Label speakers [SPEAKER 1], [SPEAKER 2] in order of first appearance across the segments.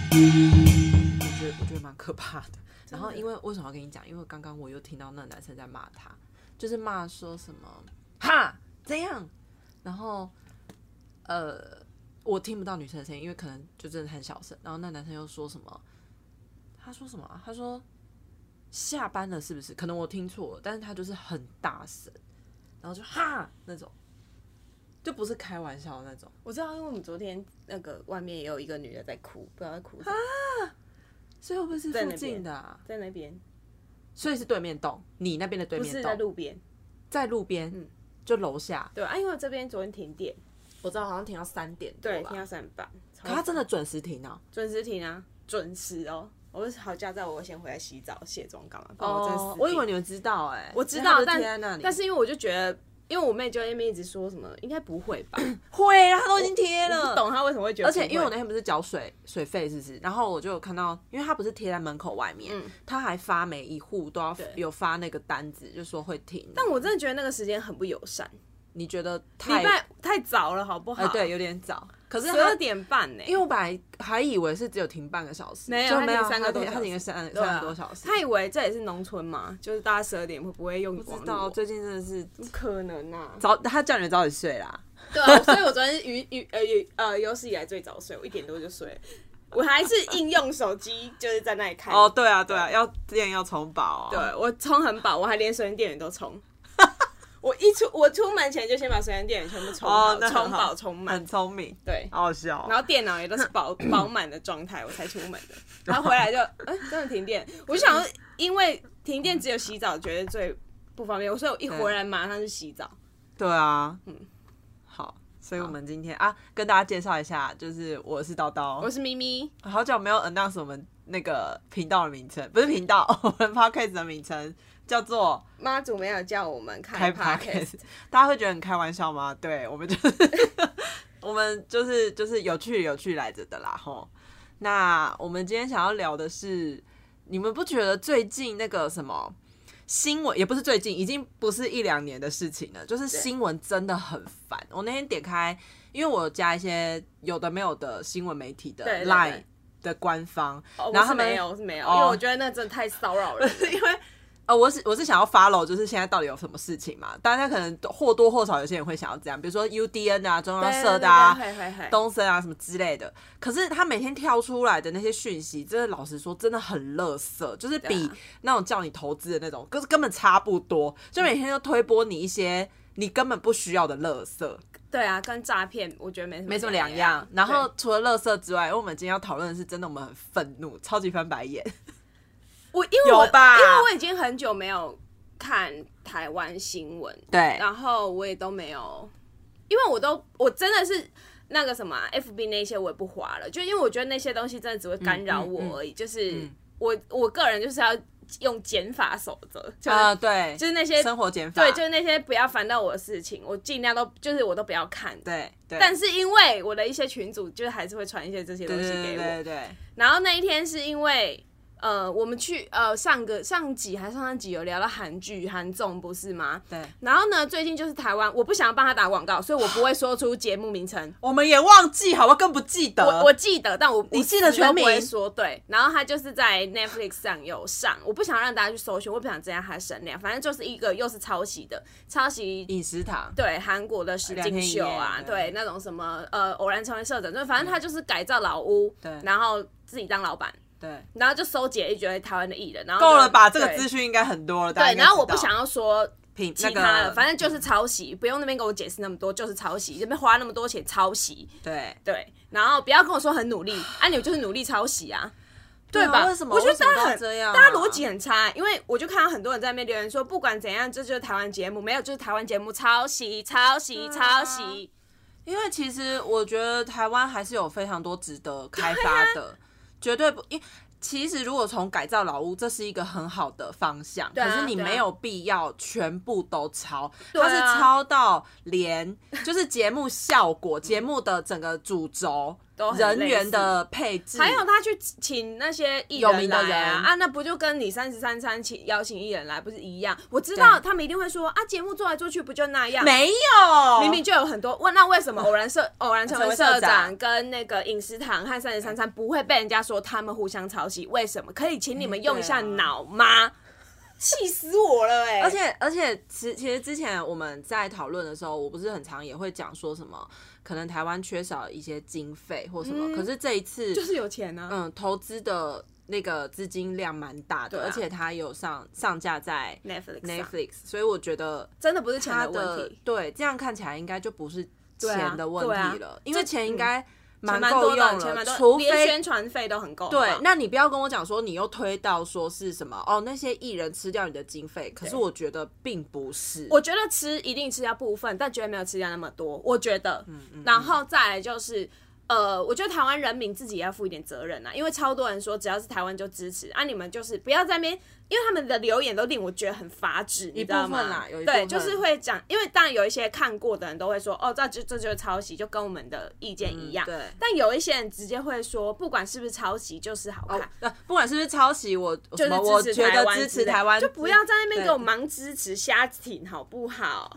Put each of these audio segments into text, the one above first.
[SPEAKER 1] 我觉得我觉得蛮可怕的。然后因为为什么要跟你讲？因为刚刚我又听到那个男生在骂他，就是骂说什么哈怎样，然后呃我听不到女生的声音，因为可能就真的很小声。然后那男生又说什么？他说什么、啊？他说下班了是不是？可能我听错了，但是他就是很大声，然后就哈那种，就不是开玩笑的那种。
[SPEAKER 2] 我知道，因为我们昨天那个外面也有一个女的在哭，不知道在哭什么，
[SPEAKER 1] 所以会不会是
[SPEAKER 2] 在那
[SPEAKER 1] 附
[SPEAKER 2] 边
[SPEAKER 1] 近的、啊？
[SPEAKER 2] 在那边
[SPEAKER 1] 所以是对面栋，你那边的对
[SPEAKER 2] 不
[SPEAKER 1] 面
[SPEAKER 2] 是在
[SPEAKER 1] 栋，
[SPEAKER 2] 路边，
[SPEAKER 1] 在路边，
[SPEAKER 2] 嗯
[SPEAKER 1] 就楼下。
[SPEAKER 2] 对啊，因为这边昨天停电，
[SPEAKER 1] 我知道好像停到三点多
[SPEAKER 2] 对，
[SPEAKER 1] 吧
[SPEAKER 2] 停到三点半，超
[SPEAKER 1] 可他真的准时停啊！
[SPEAKER 2] 准时停啊，准时哦。我是好家在我先回来洗澡、卸妆干嘛？不然我真是
[SPEAKER 1] 哦我以为你们知道哎、
[SPEAKER 2] 我知道，
[SPEAKER 1] 但
[SPEAKER 2] 但但是因为我就觉得，因为我妹就在那边一直说什么，应该不会 吧？
[SPEAKER 1] 会啊，他都已经贴
[SPEAKER 2] 我
[SPEAKER 1] 了
[SPEAKER 2] 不。懂她为什么会觉得
[SPEAKER 1] 而
[SPEAKER 2] 不会，
[SPEAKER 1] 且因为我那天不是缴水水费，是不是？然后我就有看到，因为他不是贴在门口外面，他还发每一户都要
[SPEAKER 2] 嗯对
[SPEAKER 1] 有发那个单子，就说会停。
[SPEAKER 2] 但我真的觉得那个时间很不友善，哎
[SPEAKER 1] 你觉得太
[SPEAKER 2] 礼拜太早了，好不好？
[SPEAKER 1] 呃对，有点早，可是
[SPEAKER 2] 十
[SPEAKER 1] 他
[SPEAKER 2] 二点半呢、
[SPEAKER 1] 因为我本来还以为是只有停半个小时，
[SPEAKER 2] 没有
[SPEAKER 1] 就
[SPEAKER 2] 他
[SPEAKER 1] 没
[SPEAKER 2] 停
[SPEAKER 1] 有
[SPEAKER 2] 三个
[SPEAKER 1] 他
[SPEAKER 2] 多
[SPEAKER 1] 停他
[SPEAKER 2] 小
[SPEAKER 1] 停
[SPEAKER 2] 时
[SPEAKER 1] 个三
[SPEAKER 2] 对啊
[SPEAKER 1] 三个多小时。
[SPEAKER 2] 他以为这也是农村嘛，就是大家十二点会不会用
[SPEAKER 1] 不
[SPEAKER 2] 网
[SPEAKER 1] 知道
[SPEAKER 2] 络？
[SPEAKER 1] 最近真的是
[SPEAKER 2] 不可能啊！
[SPEAKER 1] 早，他叫你们早点睡啦。
[SPEAKER 2] 对啊，所以我昨天于于呃于呃有史以来最早睡，我一点多就睡了，我还是应用手机就是在那里看。
[SPEAKER 1] 哦，对啊，对啊，要电要充饱、哦。
[SPEAKER 2] 对，我充很饱，我还连水烟电源都 充。我一出我出门前就先把水烟电源全部充好
[SPEAKER 1] 哦，那
[SPEAKER 2] 充
[SPEAKER 1] 很好
[SPEAKER 2] 饱充满
[SPEAKER 1] 很，聪明，
[SPEAKER 2] 对。
[SPEAKER 1] 好好笑哦、
[SPEAKER 2] 然后电脑也都是 饱 饱满的状态，我才出门的。然后回来就，哎、真的停电。我就想说，因为停电只有洗澡，觉得最不方便。所以我一回来马上就洗澡。
[SPEAKER 1] 对啊，嗯，好，所以我们今天啊，跟大家介绍一下，就是我是叨叨，
[SPEAKER 2] 我是咪咪，
[SPEAKER 1] 好久没有 announce 我们那个频道的名称，不是频道，我们 podcast 的名称叫做
[SPEAKER 2] 妈祖没有叫我们
[SPEAKER 1] 开
[SPEAKER 2] 开 podcast，
[SPEAKER 1] podcast，大家会觉得很开玩笑吗？对我们就是， 我们就是就是有趣有趣来着的啦吼。那我们今天想要聊的是，你们不觉得最近那个什么新闻，也不是最近，已经不是一两年的事情了，就是新闻真的很烦。我那天点开，因为我有加一些有的没有的新闻媒体的
[SPEAKER 2] 对对对
[SPEAKER 1] Line 的官方，
[SPEAKER 2] 哦
[SPEAKER 1] 然后
[SPEAKER 2] 我
[SPEAKER 1] 他
[SPEAKER 2] 是
[SPEAKER 1] 们
[SPEAKER 2] 没有，我是没有，
[SPEAKER 1] 哦
[SPEAKER 2] 因为我觉得那真的太骚扰人 了。
[SPEAKER 1] 因为呃，我是我是想要 follow，就是现在到底有什么事情嘛？大家可能或多或少有些人会想要这样，比如说 UDN 啊、中央社的啊、
[SPEAKER 2] 对对对对对
[SPEAKER 1] 东森啊什么之类的。可是他每天跳出来的那些讯息，真的老实说，真的很垃圾，就是
[SPEAKER 2] 对
[SPEAKER 1] 比
[SPEAKER 2] 啊
[SPEAKER 1] 那种叫你投资的那种，可是根本差不多，就
[SPEAKER 2] 嗯
[SPEAKER 1] 每天都推播你一些。你根本不需要的垃圾，
[SPEAKER 2] 对啊，跟诈骗我觉得没什么
[SPEAKER 1] 没什么两
[SPEAKER 2] 两
[SPEAKER 1] 样。然后
[SPEAKER 2] 对
[SPEAKER 1] 除了垃圾之外，因为我们今天要讨论的是真的，我们很愤怒，超级翻白眼。
[SPEAKER 2] 我因为我
[SPEAKER 1] 有吧
[SPEAKER 2] 因为我已经很久没有看台湾新闻，
[SPEAKER 1] 对，
[SPEAKER 2] 然后我也都没有，因为我都我真的是那个什么啊、FB 那些我也不滑了，就因为我觉得那些东西真的只会干
[SPEAKER 1] 嗯
[SPEAKER 2] 扰我而已。就是、我我个人就是要用减法守则，就是、
[SPEAKER 1] 啊、对，
[SPEAKER 2] 就是那些
[SPEAKER 1] 生活减法，
[SPEAKER 2] 对，就是那些不要烦到我的事情，我尽量都就是我都不要看。
[SPEAKER 1] 对对。
[SPEAKER 2] 但是因为我的一些群主就是还是会传一些这些东
[SPEAKER 1] 对
[SPEAKER 2] 西
[SPEAKER 1] 对
[SPEAKER 2] 给我，
[SPEAKER 1] 对对对，
[SPEAKER 2] 然后那一天是因为。呃，我们去呃上个上集还上上集有聊到韩剧韩综不是吗？
[SPEAKER 1] 对，。
[SPEAKER 2] 然后呢，最近就是台湾，我不想要帮他打广告，所以我不会说出节目名称
[SPEAKER 1] 我们也忘记，好吧，更不记得。
[SPEAKER 2] 我我记得，但我
[SPEAKER 1] 呃你记得全名
[SPEAKER 2] 我都不会说对。然后他就是在 Netflix 上有上，我不想让大家去搜寻，我不想增加他的声量。反正就是一个又是抄袭的，抄袭
[SPEAKER 1] 饮食堂，
[SPEAKER 2] 对韩国的实境秀啊
[SPEAKER 1] 两天一夜，对嗯
[SPEAKER 2] 对那种什么呃偶然成为社长，就反正他就是改造老屋，
[SPEAKER 1] 对
[SPEAKER 2] 然后自己当老板，
[SPEAKER 1] 对，
[SPEAKER 2] 然后就收集了一堆台湾的艺人，然后
[SPEAKER 1] 够
[SPEAKER 2] 就
[SPEAKER 1] 了吧？这个
[SPEAKER 2] 对
[SPEAKER 1] 资讯应该很多了。大家
[SPEAKER 2] 对，
[SPEAKER 1] 应该
[SPEAKER 2] 然后我
[SPEAKER 1] 知道
[SPEAKER 2] 不想要说
[SPEAKER 1] 品
[SPEAKER 2] 其
[SPEAKER 1] 那个，
[SPEAKER 2] 他的，反正就是抄袭，不用那边给我解释那么多，就是抄袭，这边花那么多钱抄袭，
[SPEAKER 1] 对
[SPEAKER 2] 对，然后不要跟我说很努 力，啊，你们就是努力抄袭啊，对吧？
[SPEAKER 1] 为什么
[SPEAKER 2] 我觉得大
[SPEAKER 1] 为什么
[SPEAKER 2] 家
[SPEAKER 1] 都
[SPEAKER 2] 很
[SPEAKER 1] 这样啊
[SPEAKER 2] 大家逻辑很差，因为我就看到很多人在那边留言说，不管怎样，这就是台湾节目，没有就是台湾节目抄袭，抄袭，
[SPEAKER 1] 对啊
[SPEAKER 2] 抄袭，
[SPEAKER 1] 因为其实我觉得台湾还是有非常多值得开发的，绝对不因。其实，如果从改造老屋，这是一个很好的方向，
[SPEAKER 2] 啊
[SPEAKER 1] 可是你
[SPEAKER 2] 对啊
[SPEAKER 1] 没有必要全部都抄，
[SPEAKER 2] 对
[SPEAKER 1] 它
[SPEAKER 2] 啊
[SPEAKER 1] 是 抄到连就是节目效果、节目的整个主轴
[SPEAKER 2] 都很
[SPEAKER 1] 人
[SPEAKER 2] 类
[SPEAKER 1] 员
[SPEAKER 2] 似
[SPEAKER 1] 的配置，
[SPEAKER 2] 还有他去请那些艺
[SPEAKER 1] 有
[SPEAKER 2] 人
[SPEAKER 1] 名的
[SPEAKER 2] 来
[SPEAKER 1] 人
[SPEAKER 2] 啊，啊，那不就跟你三十三餐请邀请艺人来不是一样？我知道他们一定会说啊，节目做来做去不就那样？
[SPEAKER 1] 没有？
[SPEAKER 2] 明明就有很多问，那为什么偶然社偶然成为
[SPEAKER 1] 成为社
[SPEAKER 2] 社
[SPEAKER 1] 长
[SPEAKER 2] 长跟那个饮食堂和三十三餐不会被人家说他们互相抄袭？为什么？可以请你们用一下
[SPEAKER 1] 对啊
[SPEAKER 2] 脑 吗？气死我了哎、
[SPEAKER 1] 而且而且，其其实之前我们在讨论的时候，我不是很常也会讲说什么，可能台湾缺少一些经费或什么，
[SPEAKER 2] 嗯
[SPEAKER 1] 可是这一次
[SPEAKER 2] 就是有钱啊，
[SPEAKER 1] 嗯投资的那个资金量蛮大的，
[SPEAKER 2] 对啊
[SPEAKER 1] 而且它有上上架在
[SPEAKER 2] Netflix 啊上
[SPEAKER 1] Netflix，所以我觉得
[SPEAKER 2] 真的不是钱
[SPEAKER 1] 它
[SPEAKER 2] 问
[SPEAKER 1] 的
[SPEAKER 2] 题，
[SPEAKER 1] 对这样看起来应该就不是钱的问
[SPEAKER 2] 对啊
[SPEAKER 1] 题了，因为
[SPEAKER 2] 这
[SPEAKER 1] 钱应
[SPEAKER 2] 嗯
[SPEAKER 1] 该蛮
[SPEAKER 2] 蛮
[SPEAKER 1] 够用
[SPEAKER 2] 多的，钱
[SPEAKER 1] 了，
[SPEAKER 2] 蛮多
[SPEAKER 1] 除
[SPEAKER 2] 的，连
[SPEAKER 1] 非
[SPEAKER 2] 宣传费都很够。好不
[SPEAKER 1] 对
[SPEAKER 2] 好，
[SPEAKER 1] 那你不要跟我讲说你又推到说是什么哦，那些艺人吃掉你的经费，可是我觉得并不是。
[SPEAKER 2] 我觉得吃一定吃掉部分，但绝对没有吃掉那么多。我觉得，
[SPEAKER 1] 嗯
[SPEAKER 2] 然后再来就是。呃，我觉得台湾人民自己也要负一点责任啊，因为超多人说只要是台湾就支持啊，你们就是不要在那边，因为他们的留言都令我觉得很发指，你知道
[SPEAKER 1] 部分
[SPEAKER 2] 吗
[SPEAKER 1] 啦有一？部
[SPEAKER 2] 对，
[SPEAKER 1] 分
[SPEAKER 2] 就是会讲，因为当然有一些看过的人都会说，哦，这就这就是抄袭，就跟我们的意见一样。
[SPEAKER 1] 嗯对
[SPEAKER 2] 但有一些人直接会说，不管是不是抄袭，就是好看。
[SPEAKER 1] 呃，不管是不是抄袭，我就
[SPEAKER 2] 就是
[SPEAKER 1] 哦我
[SPEAKER 2] 支持
[SPEAKER 1] 觉
[SPEAKER 2] 台
[SPEAKER 1] 得
[SPEAKER 2] 湾
[SPEAKER 1] 支
[SPEAKER 2] 之类
[SPEAKER 1] 持
[SPEAKER 2] 的
[SPEAKER 1] 台湾，
[SPEAKER 2] 就不要在那
[SPEAKER 1] 对
[SPEAKER 2] 边给我盲支持瞎挺好 不好？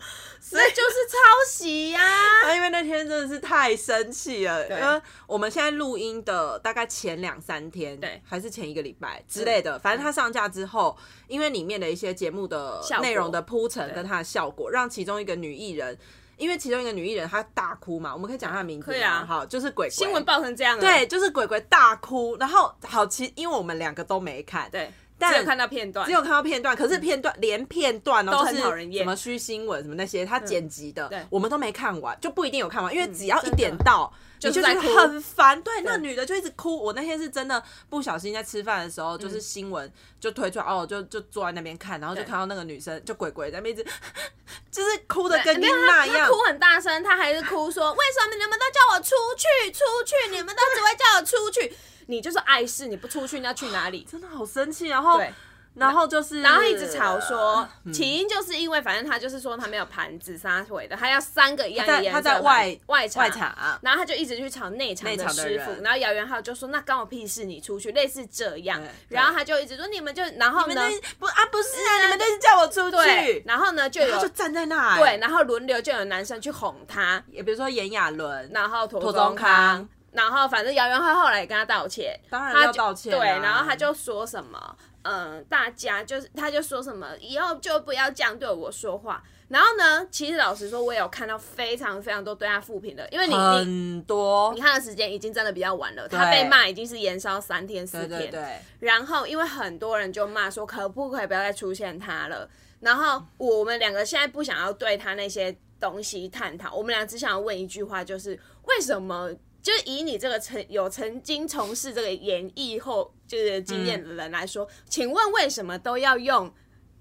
[SPEAKER 2] 这就是抄袭呀、
[SPEAKER 1] 啊，因为那天真的是太生气了，因
[SPEAKER 2] 对
[SPEAKER 1] 为我们现在录音的大概前两三天，
[SPEAKER 2] 对嗯
[SPEAKER 1] 还是前一个礼拜之类的，反正它上架之后，因为里面的一些节目的
[SPEAKER 2] 效果
[SPEAKER 1] 内容的铺陈
[SPEAKER 2] 对
[SPEAKER 1] 跟它的效果，让其中一个女艺人，因为其中一个女艺人她大哭嘛，我们可以讲她的名字
[SPEAKER 2] 可以
[SPEAKER 1] 吗
[SPEAKER 2] 啊
[SPEAKER 1] 好，就是鬼鬼
[SPEAKER 2] 新闻报成这样了，
[SPEAKER 1] 对，就是鬼鬼大哭，然后好其因为我们两个都没看，
[SPEAKER 2] 对，
[SPEAKER 1] 但
[SPEAKER 2] 只有看到片段，
[SPEAKER 1] 只有看到片段，可是片段连片段哦，
[SPEAKER 2] 都
[SPEAKER 1] 就
[SPEAKER 2] 很
[SPEAKER 1] 嗯是
[SPEAKER 2] 讨人厌
[SPEAKER 1] 什么虚新闻什么那些，他剪辑的，
[SPEAKER 2] 对嗯
[SPEAKER 1] 我们都没看完，就不一定有看完，因为只要一
[SPEAKER 2] 真的
[SPEAKER 1] 点到，你
[SPEAKER 2] 就是
[SPEAKER 1] 就
[SPEAKER 2] 在
[SPEAKER 1] 觉得
[SPEAKER 2] 哭
[SPEAKER 1] 很烦。对，那女的就一直哭。我那天是真的不小心在吃饭的时
[SPEAKER 2] 嗯
[SPEAKER 1] 候，就是新闻就推出来，哦，就就坐在那边看，然后就
[SPEAKER 2] 对
[SPEAKER 1] 看到那个女生就鬼鬼在那边一直， 就是哭的
[SPEAKER 2] 对
[SPEAKER 1] 跟
[SPEAKER 2] 没有
[SPEAKER 1] 那
[SPEAKER 2] 他
[SPEAKER 1] 样
[SPEAKER 2] 他哭。很大声，他还是哭说为什么你们都叫我出去出去，你们都只会叫我出去， 你就是碍事，你不出去你要去哪 里？
[SPEAKER 1] 真的好生气，然后
[SPEAKER 2] 对，
[SPEAKER 1] 然后就是，啊嗯
[SPEAKER 2] 然后一直吵说，起因就是因为反正他就是说他没有盘子杀回的，他要三个一样
[SPEAKER 1] 他在
[SPEAKER 2] 的颜色
[SPEAKER 1] 他在
[SPEAKER 2] 盘
[SPEAKER 1] 外
[SPEAKER 2] 外场
[SPEAKER 1] 外场
[SPEAKER 2] 然后他就一直去吵内场
[SPEAKER 1] 内
[SPEAKER 2] 的
[SPEAKER 1] 场的
[SPEAKER 2] 师傅
[SPEAKER 1] 人，
[SPEAKER 2] 然后姚元浩就说那关我屁事，你出去，类似这样
[SPEAKER 1] 对，嗯对
[SPEAKER 2] 然后他就一直说你们就，然后
[SPEAKER 1] 你
[SPEAKER 2] 呢
[SPEAKER 1] 们，都不啊不是啊，你们都是叫我出
[SPEAKER 2] 对
[SPEAKER 1] 去，，
[SPEAKER 2] 然后呢就
[SPEAKER 1] 然后就
[SPEAKER 2] 有
[SPEAKER 1] 站在那，
[SPEAKER 2] 对，，然后轮流就有男生去哄他，
[SPEAKER 1] 也比如说炎亚纶，
[SPEAKER 2] 然后陀
[SPEAKER 1] 陀
[SPEAKER 2] 中
[SPEAKER 1] 中
[SPEAKER 2] 康
[SPEAKER 1] 康，
[SPEAKER 2] 然后反正姚元浩后来也跟他道歉，
[SPEAKER 1] 当然
[SPEAKER 2] 他
[SPEAKER 1] 要
[SPEAKER 2] 就
[SPEAKER 1] 道歉啊
[SPEAKER 2] 对，然后他就说什么，嗯、大家就是他就说什么，以后就不要这样对我说话。然后呢，其实老实说，我也有看到非常非常多对他负评的，因为你你
[SPEAKER 1] 很多
[SPEAKER 2] 你，看的时间已经真的比较晚了，他被骂已经是延烧三天四
[SPEAKER 1] 对
[SPEAKER 2] 天，
[SPEAKER 1] 对对，
[SPEAKER 2] 然后因为很多人就骂说，可不可以不要再出现他了？然后我们两个现在不想要对他那些东西探讨，我们俩只想要问一句话，就是为什么？就是以你这个曾有曾经从事这个演艺后就是经验的人来说，请问为什么都要用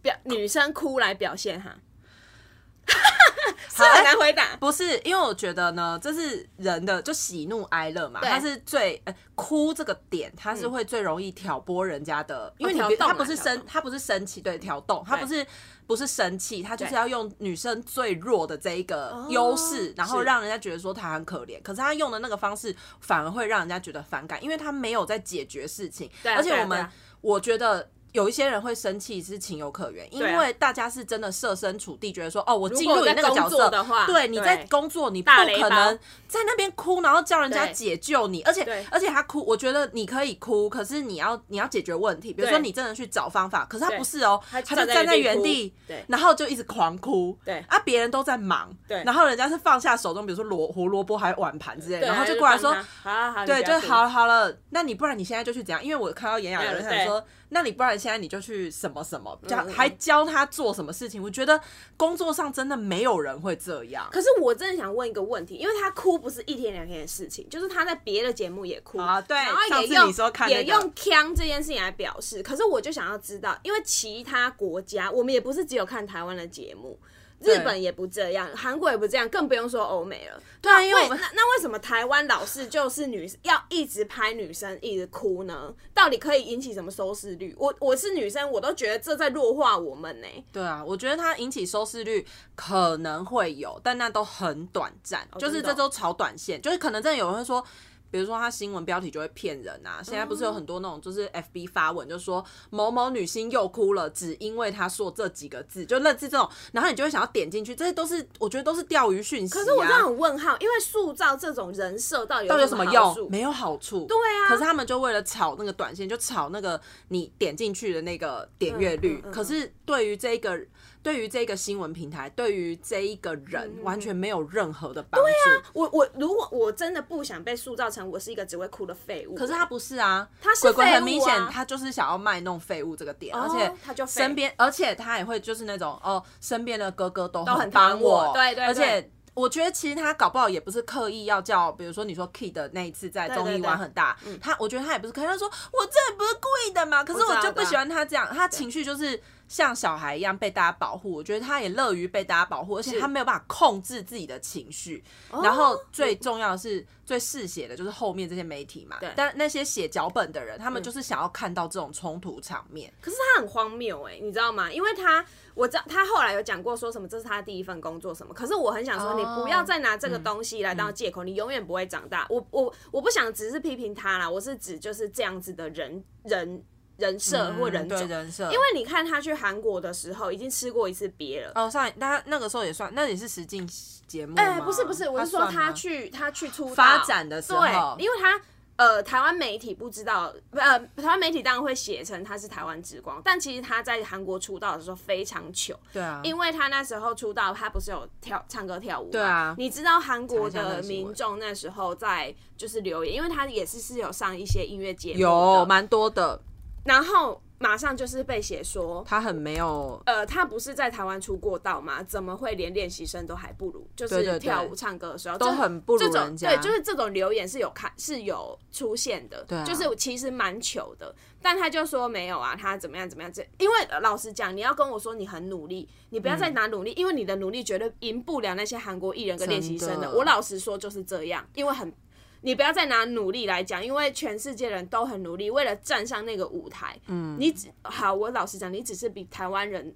[SPEAKER 2] 表女生哭来表现哈？是
[SPEAKER 1] 好哎
[SPEAKER 2] 很难回答。
[SPEAKER 1] 不是，因为我觉得呢，这是人的就喜怒哀乐嘛，
[SPEAKER 2] 对嗯
[SPEAKER 1] 它是最、呃、哭这个点，它是会最容易挑拨人家的，因为你
[SPEAKER 2] 挑
[SPEAKER 1] 别
[SPEAKER 2] 动啊
[SPEAKER 1] 他不是
[SPEAKER 2] 挑
[SPEAKER 1] 生
[SPEAKER 2] 动，
[SPEAKER 1] 他不是生气，对，挑动，他
[SPEAKER 2] 对
[SPEAKER 1] 不是不是生气，他就是
[SPEAKER 2] 对哦
[SPEAKER 1] 要用女生最弱的这一个优势，然后
[SPEAKER 2] 是
[SPEAKER 1] 让人家觉得说他很可怜，可是他用的那个方式反而会让人家觉得反感，因为他没有在解决事情，
[SPEAKER 2] 对啊
[SPEAKER 1] 而且
[SPEAKER 2] 对啊
[SPEAKER 1] 我们、
[SPEAKER 2] 对啊
[SPEAKER 1] 我觉得。有一些人会生气是情有可原，因
[SPEAKER 2] 对啊
[SPEAKER 1] 为大家是真的设身处地觉得说，哦，我进
[SPEAKER 2] 果
[SPEAKER 1] 入
[SPEAKER 2] 我
[SPEAKER 1] 你
[SPEAKER 2] 在
[SPEAKER 1] 那个角
[SPEAKER 2] 工作
[SPEAKER 1] 色
[SPEAKER 2] 的话
[SPEAKER 1] 对，你
[SPEAKER 2] 对
[SPEAKER 1] 在工作，你不
[SPEAKER 2] 大雷
[SPEAKER 1] 可
[SPEAKER 2] 包
[SPEAKER 1] 能在那边哭，然后叫人家
[SPEAKER 2] 对
[SPEAKER 1] 解救你，而且
[SPEAKER 2] 对
[SPEAKER 1] 而且他哭，我觉得你可以哭，可是你要你要解决问题，比如说
[SPEAKER 2] 对
[SPEAKER 1] 你真的去找方法，可是他
[SPEAKER 2] 对
[SPEAKER 1] 不是哦，
[SPEAKER 2] 他
[SPEAKER 1] 他
[SPEAKER 2] 就
[SPEAKER 1] 就
[SPEAKER 2] 站在
[SPEAKER 1] 站在
[SPEAKER 2] 原
[SPEAKER 1] 原
[SPEAKER 2] 地
[SPEAKER 1] 地
[SPEAKER 2] 哭对，
[SPEAKER 1] 然后就一直狂哭，
[SPEAKER 2] 对
[SPEAKER 1] 啊，别人都在忙，
[SPEAKER 2] 对
[SPEAKER 1] 然后人家是放下手中，比如说萝胡萝卜还有碗盘之类的，
[SPEAKER 2] 对
[SPEAKER 1] 然后就过来说
[SPEAKER 2] 帮。他好好好，你
[SPEAKER 1] 对，
[SPEAKER 2] 不
[SPEAKER 1] 就
[SPEAKER 2] 要
[SPEAKER 1] 是
[SPEAKER 2] 哭
[SPEAKER 1] 好了好了，那你不然你现在就去怎样？因为我看到炎亚纶
[SPEAKER 2] 对
[SPEAKER 1] 想说，那你不然现在你就去什么什么，教
[SPEAKER 2] 嗯嗯
[SPEAKER 1] 还教他做什么事情？我觉得工作上真的没有人会这样。
[SPEAKER 2] 可是我真的想问一个问题，因为他哭不是一天两天的事情，就是他在别的节目也哭
[SPEAKER 1] 啊对
[SPEAKER 2] 然后也
[SPEAKER 1] 上次
[SPEAKER 2] 用
[SPEAKER 1] 你说看那个
[SPEAKER 2] 也用腔这件事情来表示。可是我就想要知道，因为其他国家我们也不是只有看台湾的节目。日本也不这样，韩国也不这样，更不用说欧美了。
[SPEAKER 1] 对啊
[SPEAKER 2] 那
[SPEAKER 1] 因为我
[SPEAKER 2] 为
[SPEAKER 1] 们
[SPEAKER 2] 那那为什么台湾老是就是女要一直拍女生一直哭呢？到底可以引起什么收视率？我我是女生，我都觉得这在弱化我们呢、
[SPEAKER 1] 对啊，我觉得它引起收视率可能会有，但那都很短暂，就是
[SPEAKER 2] 真的
[SPEAKER 1] 这
[SPEAKER 2] 哦
[SPEAKER 1] 都炒短线，就是可能真的有人会说。比如说他新闻标题就会骗人啊。现在不是有
[SPEAKER 2] 嗯
[SPEAKER 1] 很多那种就是 FB 发文就说某某女星又哭了，只因为她说这几个字，就类似这种，然后你就会想要点进去，这些都是我觉得都是钓鱼讯息、啊。
[SPEAKER 2] 可是我真的很问号，因为塑造这种人设到底
[SPEAKER 1] 到底有
[SPEAKER 2] 有
[SPEAKER 1] 什么
[SPEAKER 2] 好
[SPEAKER 1] 用？
[SPEAKER 2] 处
[SPEAKER 1] 没有好处。
[SPEAKER 2] 对啊
[SPEAKER 1] 可是他们就为了炒那个短线，就炒那个你点进去的那个点阅率。
[SPEAKER 2] 嗯嗯嗯
[SPEAKER 1] 可是对于这一个，对于这一个新闻平台，对于这一个
[SPEAKER 2] 嗯
[SPEAKER 1] 人，完全没有任何的帮助。
[SPEAKER 2] 我我如果我真的不想被塑造成我是一个只会哭的废物，
[SPEAKER 1] 可是他不是啊，
[SPEAKER 2] 他是
[SPEAKER 1] 鬼鬼
[SPEAKER 2] 废
[SPEAKER 1] 很
[SPEAKER 2] 物
[SPEAKER 1] 明显，
[SPEAKER 2] 啊
[SPEAKER 1] 他就是想要卖弄废物这个点，
[SPEAKER 2] 哦
[SPEAKER 1] 而且
[SPEAKER 2] 他就废
[SPEAKER 1] 身边，而且他也会就是那种哦，身边的哥哥都
[SPEAKER 2] 都很
[SPEAKER 1] 帮
[SPEAKER 2] 疼我对对
[SPEAKER 1] 而
[SPEAKER 2] 对
[SPEAKER 1] 且。我觉得其实他搞不好也不是刻意要叫，比如说你说 Key 的那一次在
[SPEAKER 2] 对
[SPEAKER 1] 综艺
[SPEAKER 2] 对嗯
[SPEAKER 1] 玩
[SPEAKER 2] 对
[SPEAKER 1] 很大，他我觉得他也不是刻意，他说我这不是故意的嘛，可是
[SPEAKER 2] 我知
[SPEAKER 1] 我
[SPEAKER 2] 道
[SPEAKER 1] 就不
[SPEAKER 2] 的啊
[SPEAKER 1] 喜欢他这样，他情绪就是像小孩一样被大家保护，我觉得他也乐于被大家保护，而且
[SPEAKER 2] 是
[SPEAKER 1] 他没有办法控制自己的情绪，然后
[SPEAKER 2] 哦
[SPEAKER 1] 最重要的是最嗜血的就是后面这些媒体嘛
[SPEAKER 2] 对，嗯
[SPEAKER 1] 但那些写脚本的人，他们就是想要看到这种冲突场面。
[SPEAKER 2] 可是他很荒谬哎、你知道吗？因为他我知道他后来有讲过说什么这是他第一份工作什么，可是我很想说
[SPEAKER 1] 哦
[SPEAKER 2] 你不要再拿这个东西来当借口，你永远不会长
[SPEAKER 1] 嗯
[SPEAKER 2] 大。我我我不想只是批评他啦，我是指就是这样子的人人人设或人
[SPEAKER 1] 嗯
[SPEAKER 2] 种。
[SPEAKER 1] 对人设，因
[SPEAKER 2] 因为你看他去韩国的时候已经吃过一次鳖了，
[SPEAKER 1] 哦上一那那个时候也算，那也是实境节目吗。
[SPEAKER 2] 哎、不是不是，我是说
[SPEAKER 1] 算吗
[SPEAKER 2] 他去他去出道
[SPEAKER 1] 发展的时候
[SPEAKER 2] 对，因为他呃台湾媒体不知道，不呃台湾媒体当然会写成他是台湾之光，但其实他在韩国出道的时候非常糗，
[SPEAKER 1] 对啊，
[SPEAKER 2] 因为他那时候出道，他不是有跳唱歌跳舞吗？
[SPEAKER 1] 对啊
[SPEAKER 2] 你知道韩国
[SPEAKER 1] 查一下那
[SPEAKER 2] 的
[SPEAKER 1] 个新闻
[SPEAKER 2] 民众那时候在就是留言，因为他也是是有上一些音乐节目
[SPEAKER 1] 有
[SPEAKER 2] 的
[SPEAKER 1] 蛮多的，
[SPEAKER 2] 然后马上就是被写说。
[SPEAKER 1] 他很没有
[SPEAKER 2] 呃，他不是在台湾出过道吗？怎么会连练习生都还不如？就
[SPEAKER 1] 对对对
[SPEAKER 2] 是跳舞、唱歌的时候
[SPEAKER 1] 都
[SPEAKER 2] 这
[SPEAKER 1] 很不如
[SPEAKER 2] 这
[SPEAKER 1] 人
[SPEAKER 2] 种
[SPEAKER 1] 家，
[SPEAKER 2] 对，就是这种留言是有看是有出现的，
[SPEAKER 1] 对啊
[SPEAKER 2] 就是其实蛮糗的。但他就说没有啊，他怎么样怎么样，这因为呃老实讲，你要跟我说你很努力，你不要
[SPEAKER 1] 嗯
[SPEAKER 2] 再拿努力，因为你的努力绝对赢不了那些韩国艺人跟练习生
[SPEAKER 1] 真
[SPEAKER 2] 的。
[SPEAKER 1] 的
[SPEAKER 2] 我老实说就是这样，因为很。你不要再拿努力来讲，因为全世界人都很努力，为了站上那个舞台。嗯，你只好，我老实讲，你只是比台湾人